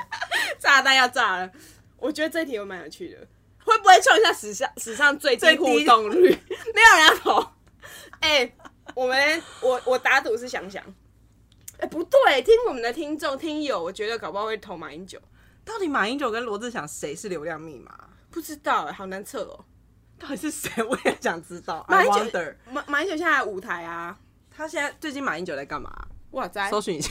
[SPEAKER 2] 炸弹要炸了，我觉得这题我蛮有趣的，会不会冲一下史上史上最低
[SPEAKER 1] 最低
[SPEAKER 2] 互动率？ 没有人要投。哎、我们我我打赌是想想，哎、不对，听我们的听众听友，我觉得搞不好会投马英九，
[SPEAKER 1] 到底马英九跟罗志祥谁是流量密码？
[SPEAKER 2] 不知道、哎，好难测哦。
[SPEAKER 1] 到底是谁？我也想知道。
[SPEAKER 2] 马
[SPEAKER 1] I
[SPEAKER 2] 英九
[SPEAKER 1] wonder，，
[SPEAKER 2] 马马英九现在舞台啊，
[SPEAKER 1] 他现在最近马英九在干嘛？
[SPEAKER 2] 哇塞，
[SPEAKER 1] 搜寻一下。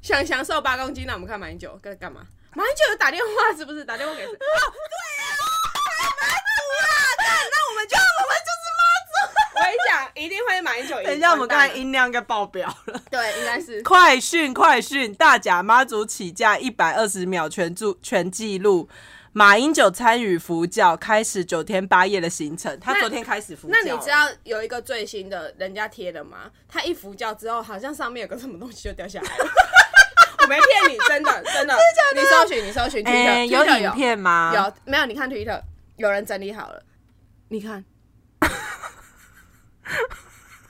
[SPEAKER 2] 想享受八公斤，那我们看马英九干干嘛？马英九有打电话是不是？打电话给谁？哦， 对啊，那我们就我们就是妈祖。我跟你讲，一定会马英九赢。
[SPEAKER 1] 等一下，我们刚才
[SPEAKER 2] 完蛋了
[SPEAKER 1] 音量应该爆表了。
[SPEAKER 2] 对，应该是
[SPEAKER 1] 快讯快讯！大甲妈祖起驾一百二十秒全注全记录。马英九参与佛教，开始九天八夜的行程。他
[SPEAKER 2] 那
[SPEAKER 1] 昨天开始佛教
[SPEAKER 2] 那
[SPEAKER 1] 了，
[SPEAKER 2] 你知道有一个最新的人家贴的吗？他一服教之后，好像上面有个什么东西就掉下来了。 我没骗你， 真的真的。你搜寻，你搜寻
[SPEAKER 1] 哎、
[SPEAKER 2] 推特，
[SPEAKER 1] 有
[SPEAKER 2] Twitter
[SPEAKER 1] 影片啊吗？
[SPEAKER 2] 有没有？你看 Twitter，有人整理好了，你看，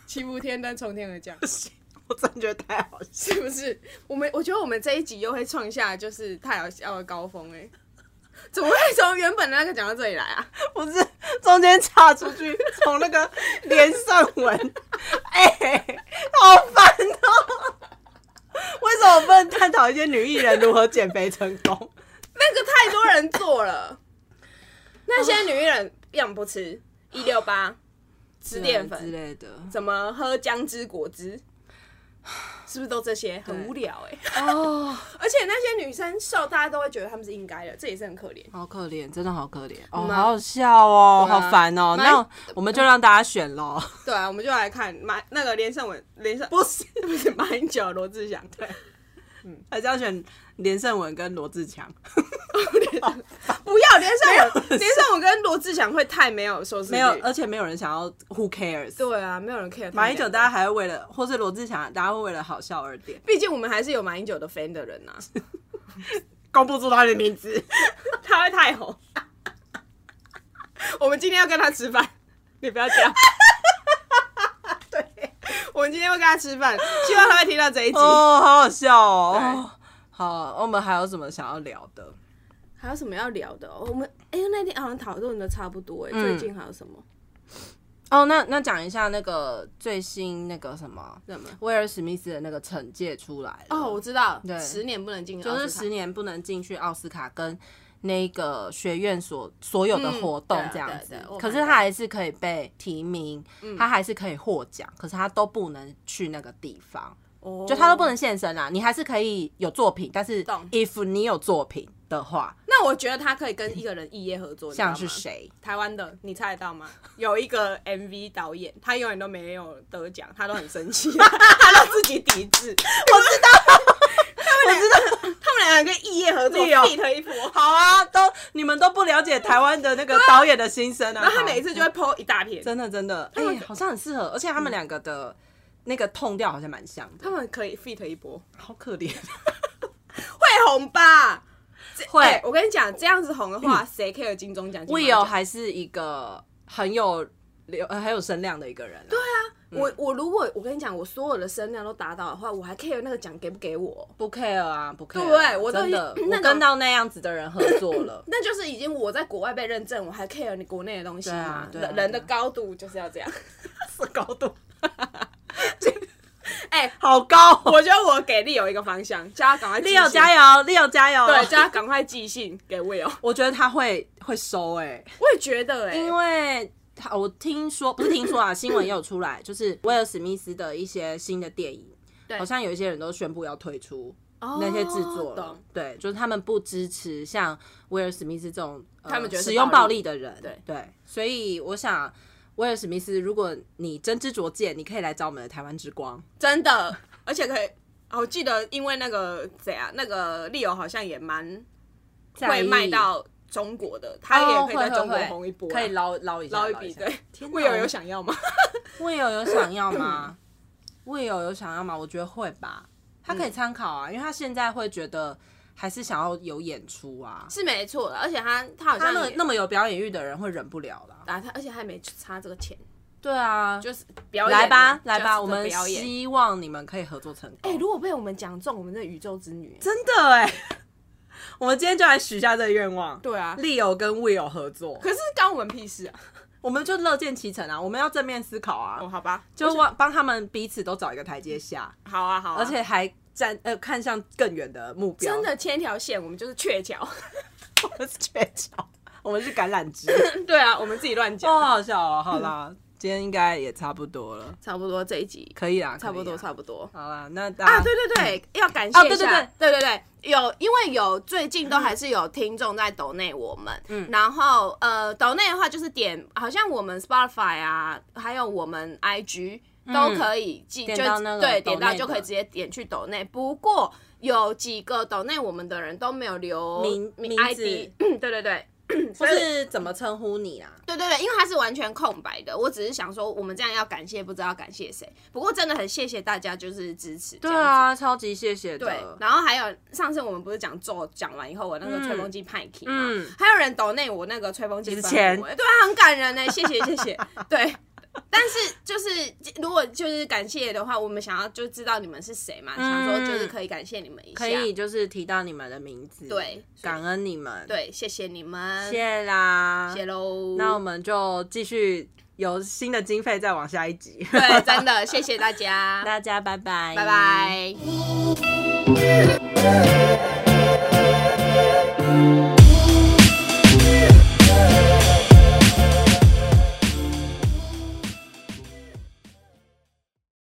[SPEAKER 2] 欺负天灯从天而降，
[SPEAKER 1] 我真的觉得太好笑。
[SPEAKER 2] 是不是？我们我觉得我们这一集又会创下就是太好笑的高峰哎、怎么会从原本的那个讲到这里来啊？
[SPEAKER 1] 不是中间岔出 去，从那个连胜文， 哎、好烦哦、为什么不能探讨一些女艺人如何减肥成功？
[SPEAKER 2] 那个太多人做 了，那些女艺人要么不吃
[SPEAKER 1] 啊
[SPEAKER 2] 一六八，吃淀
[SPEAKER 1] 之
[SPEAKER 2] 粉，
[SPEAKER 1] 类的。
[SPEAKER 2] 怎么喝姜汁果汁？是不是都这些？很
[SPEAKER 1] 对
[SPEAKER 2] 无聊哎、
[SPEAKER 1] 哦，
[SPEAKER 2] 而且那些女生瘦，大家都会觉得她们是应该的，这也是很可怜。
[SPEAKER 1] 好可怜，真的好可怜哦，
[SPEAKER 2] 嗯啊
[SPEAKER 1] 好好笑哦，
[SPEAKER 2] 对啊
[SPEAKER 1] 好烦哦。
[SPEAKER 2] 蛮
[SPEAKER 1] 那我们就让大家选喽。
[SPEAKER 2] 对啊，我们就来看马那个连胜文，连胜不是不是马英九、罗志祥，对，
[SPEAKER 1] 还是要选连胜文跟罗志强？
[SPEAKER 2] 不要连胜文，连胜文跟罗志祥会太没有说是
[SPEAKER 1] 没有，而且没有人想要 who cares。
[SPEAKER 2] 对啊，没有人 care 他们
[SPEAKER 1] 马英九，
[SPEAKER 2] 两个
[SPEAKER 1] 大家还会为了，或是罗志祥，大家会为了好笑而点，
[SPEAKER 2] 毕竟我们还是有马英九的 fan 的人呐、啊
[SPEAKER 1] 公布出他的名字。
[SPEAKER 2] 他会太 红。我们今天要跟他吃饭，你不要这样。 对，我们今天要跟他吃饭，希望他会听到这一集。
[SPEAKER 1] 哦，好好笑哦。哦好，我们还有什么想要聊的？
[SPEAKER 2] 还有什么要聊的、哦？我们哎、那天好像讨论的差不多哎、
[SPEAKER 1] 嗯
[SPEAKER 2] 最近还有什么？
[SPEAKER 1] 哦，那那讲一下那个最新那个什么
[SPEAKER 2] 什么？
[SPEAKER 1] 威尔史密斯的那个惩戒出来了
[SPEAKER 2] 哦，我知道，
[SPEAKER 1] 对
[SPEAKER 2] 十年不能进，
[SPEAKER 1] 就是十年不能进去奥斯卡跟那个学院所所有的活动
[SPEAKER 2] 嗯对啊
[SPEAKER 1] 这样
[SPEAKER 2] 对
[SPEAKER 1] 子
[SPEAKER 2] 啊对啊，我
[SPEAKER 1] 可是他
[SPEAKER 2] 看到嗯
[SPEAKER 1] 还是可以被提名，他还是可以获奖，可是他都不能去那个地方，
[SPEAKER 2] 哦，
[SPEAKER 1] 就他都不。能现身啦。啊你还是可以有作品，但是
[SPEAKER 2] 懂
[SPEAKER 1] if 你有作品的话，
[SPEAKER 2] 那我觉得他可以跟一个人异业合作，你知道
[SPEAKER 1] 像
[SPEAKER 2] 吗
[SPEAKER 1] 是谁？
[SPEAKER 2] 台湾的，你猜得到吗？ 有一个 MV 导演，他永远都没有得奖，他都很生气， 他都自己抵制。我知道，他们两，我知道，他们两个跟异业合作
[SPEAKER 1] Leo
[SPEAKER 2] ，fit 一波。
[SPEAKER 1] 好 啊，都你们都不了解台湾的 那个导演的心声啊。
[SPEAKER 2] 然后他
[SPEAKER 1] 好
[SPEAKER 2] 每一次就会 PO 一大片，
[SPEAKER 1] 真的真的，哎、
[SPEAKER 2] 们
[SPEAKER 1] 好像很适合，而且他们两个的那个痛调好像蛮像的，
[SPEAKER 2] 他们可以 fit 一波，
[SPEAKER 1] 好可怜。
[SPEAKER 2] 会红吧？这
[SPEAKER 1] 会
[SPEAKER 2] 哎我跟你讲，这样子红的话，谁 care 金钟奖？金马
[SPEAKER 1] Will
[SPEAKER 2] 奖
[SPEAKER 1] 还是一个很有流、呃、很有声量的一个人、对啊，
[SPEAKER 2] 我我如果我跟你讲，我所有的声量都达到的话，我还 care 那个奖给不给我？
[SPEAKER 1] 不 care 啊，不 care，啊、
[SPEAKER 2] 对不对我都
[SPEAKER 1] 真的，
[SPEAKER 2] 那
[SPEAKER 1] 我
[SPEAKER 2] 种。
[SPEAKER 1] 跟到那样子的人合作了
[SPEAKER 2] 那就是已经我在国外被认证，我还 care 你国内的东西吗？
[SPEAKER 1] 对啊对啊
[SPEAKER 2] 人人的高度就是要这样。
[SPEAKER 1] 是高 度，
[SPEAKER 2] 哎、
[SPEAKER 1] 好高、哦！
[SPEAKER 2] 我觉得我给丽友一个方向，叫他赶快寄信
[SPEAKER 1] Leo 加油，Leo 加油！
[SPEAKER 2] 对，叫他赶快寄信给 Will。
[SPEAKER 1] 我觉得他会会收哎、
[SPEAKER 2] 我也觉得、哎，
[SPEAKER 1] 因为他我听说不是听 说啊，新闻也有出来，就是威尔史密斯的一些新的电影，
[SPEAKER 2] 对
[SPEAKER 1] 好像有一些人都宣布要退出
[SPEAKER 2] 哦
[SPEAKER 1] 那些制作了，
[SPEAKER 2] 懂
[SPEAKER 1] 对，就是他们不支持像威尔史密斯这种、呃
[SPEAKER 2] 他们觉得是
[SPEAKER 1] 使用
[SPEAKER 2] 暴
[SPEAKER 1] 暴
[SPEAKER 2] 力
[SPEAKER 1] 力的人，
[SPEAKER 2] 对
[SPEAKER 1] 对，所以我想。威尔史密斯，如果你真知灼见，你可以来找我们的台湾之光。
[SPEAKER 2] 真的，而且可以。啊我记得，因为那个谁啊，那个丽友好像也蛮会卖
[SPEAKER 1] 哦
[SPEAKER 2] 到中国的，他也可以在中国红一波、啊
[SPEAKER 1] 可以捞捞一下
[SPEAKER 2] 捞一笔。对，
[SPEAKER 1] 天哪
[SPEAKER 2] Will 有想要吗？
[SPEAKER 1] 魏友有想要吗？魏友有想要吗？我觉得会吧，他
[SPEAKER 2] 嗯
[SPEAKER 1] 可以参考啊，因为他现在会觉得还是想要有演出啊。
[SPEAKER 2] 是没错的，而且他他好
[SPEAKER 1] 他
[SPEAKER 2] 像
[SPEAKER 1] 们
[SPEAKER 2] 也
[SPEAKER 1] 那么有表演欲的人会忍不了啦。
[SPEAKER 2] 啊，他而且还没差这个钱，
[SPEAKER 1] 对啊，
[SPEAKER 2] 就是表演
[SPEAKER 1] 来
[SPEAKER 2] 嘛
[SPEAKER 1] 吧，
[SPEAKER 2] 就是
[SPEAKER 1] 来吧，我
[SPEAKER 2] 这个
[SPEAKER 1] 们
[SPEAKER 2] 表演。
[SPEAKER 1] 希望你们可以合作成
[SPEAKER 2] 哎、
[SPEAKER 1] 功。
[SPEAKER 2] 如果被我们讲中，我们这宇宙之女，
[SPEAKER 1] 真的哎， 我们今天就来许下这个愿望。
[SPEAKER 2] 对啊，
[SPEAKER 1] 利友跟 Will 合作，
[SPEAKER 2] 可是关我们屁事啊！
[SPEAKER 1] 我们就乐见其成啊！我们要正面思考啊，
[SPEAKER 2] 哦，好吧，
[SPEAKER 1] 就帮帮他们彼此都找一个台阶下，
[SPEAKER 2] 好啊，好啊，
[SPEAKER 1] 而且还站呃看向更远的目标。
[SPEAKER 2] 真 的牵一条线，我们就是鹊桥。
[SPEAKER 1] 我们是鹊桥，我们是橄榄枝。
[SPEAKER 2] 对啊，我们自己乱讲。
[SPEAKER 1] 哦，好笑 哦！好啦，今天应该也差不多了，
[SPEAKER 2] 差不多这一集，
[SPEAKER 1] 可以啦，
[SPEAKER 2] 差不多，
[SPEAKER 1] 多。
[SPEAKER 2] 差不多。
[SPEAKER 1] 好啦，那大
[SPEAKER 2] 啊，
[SPEAKER 1] 家
[SPEAKER 2] 对对对，要感谢一下，
[SPEAKER 1] 哦
[SPEAKER 2] 对对对有因为有最近都还是有听众在抖内我们，嗯，然后呃，抖内的话就是点，好像我们 Spotify 啊，还有我们 IG 都可以记，
[SPEAKER 1] 嗯点
[SPEAKER 2] 就
[SPEAKER 1] 到那个
[SPEAKER 2] 对
[SPEAKER 1] 抖
[SPEAKER 2] 点到
[SPEAKER 1] 内
[SPEAKER 2] 就可以
[SPEAKER 1] 的
[SPEAKER 2] 直接点去抖内。不过有几个抖内我们的人都没有留
[SPEAKER 1] 名名
[SPEAKER 2] ID，
[SPEAKER 1] 字
[SPEAKER 2] 对对对。
[SPEAKER 1] 或是怎么称呼你啊啦？
[SPEAKER 2] 对对对，因为它是完全空白的，我只是想说，我们这样要感谢，不知道感谢谁。不过真的很谢谢大家，就是支持。
[SPEAKER 1] 对，啊，超级谢谢
[SPEAKER 2] 对
[SPEAKER 1] 的，。
[SPEAKER 2] 然后还有上次我们不是讲咒讲完以后，我那个吹风机派 k 嘛，
[SPEAKER 1] 嗯
[SPEAKER 2] 还有人抖内我那个吹风机
[SPEAKER 1] 之
[SPEAKER 2] 分
[SPEAKER 1] 前
[SPEAKER 2] 我对啊，很感人呢、谢谢谢谢， 对。但是就是如果就是感谢的话，我们想要就知道你们是谁嘛，想说就是可以感谢你们一下，
[SPEAKER 1] 嗯可以就是提到你们的名字，
[SPEAKER 2] 对
[SPEAKER 1] 感恩你们，，
[SPEAKER 2] 对，谢谢你们，
[SPEAKER 1] 谢啦，
[SPEAKER 2] 谢喽。
[SPEAKER 1] 那我们就继续有新的经费再往下一集，
[SPEAKER 2] 对，真的谢谢大家，
[SPEAKER 1] 大家 拜拜，
[SPEAKER 2] 拜。拜。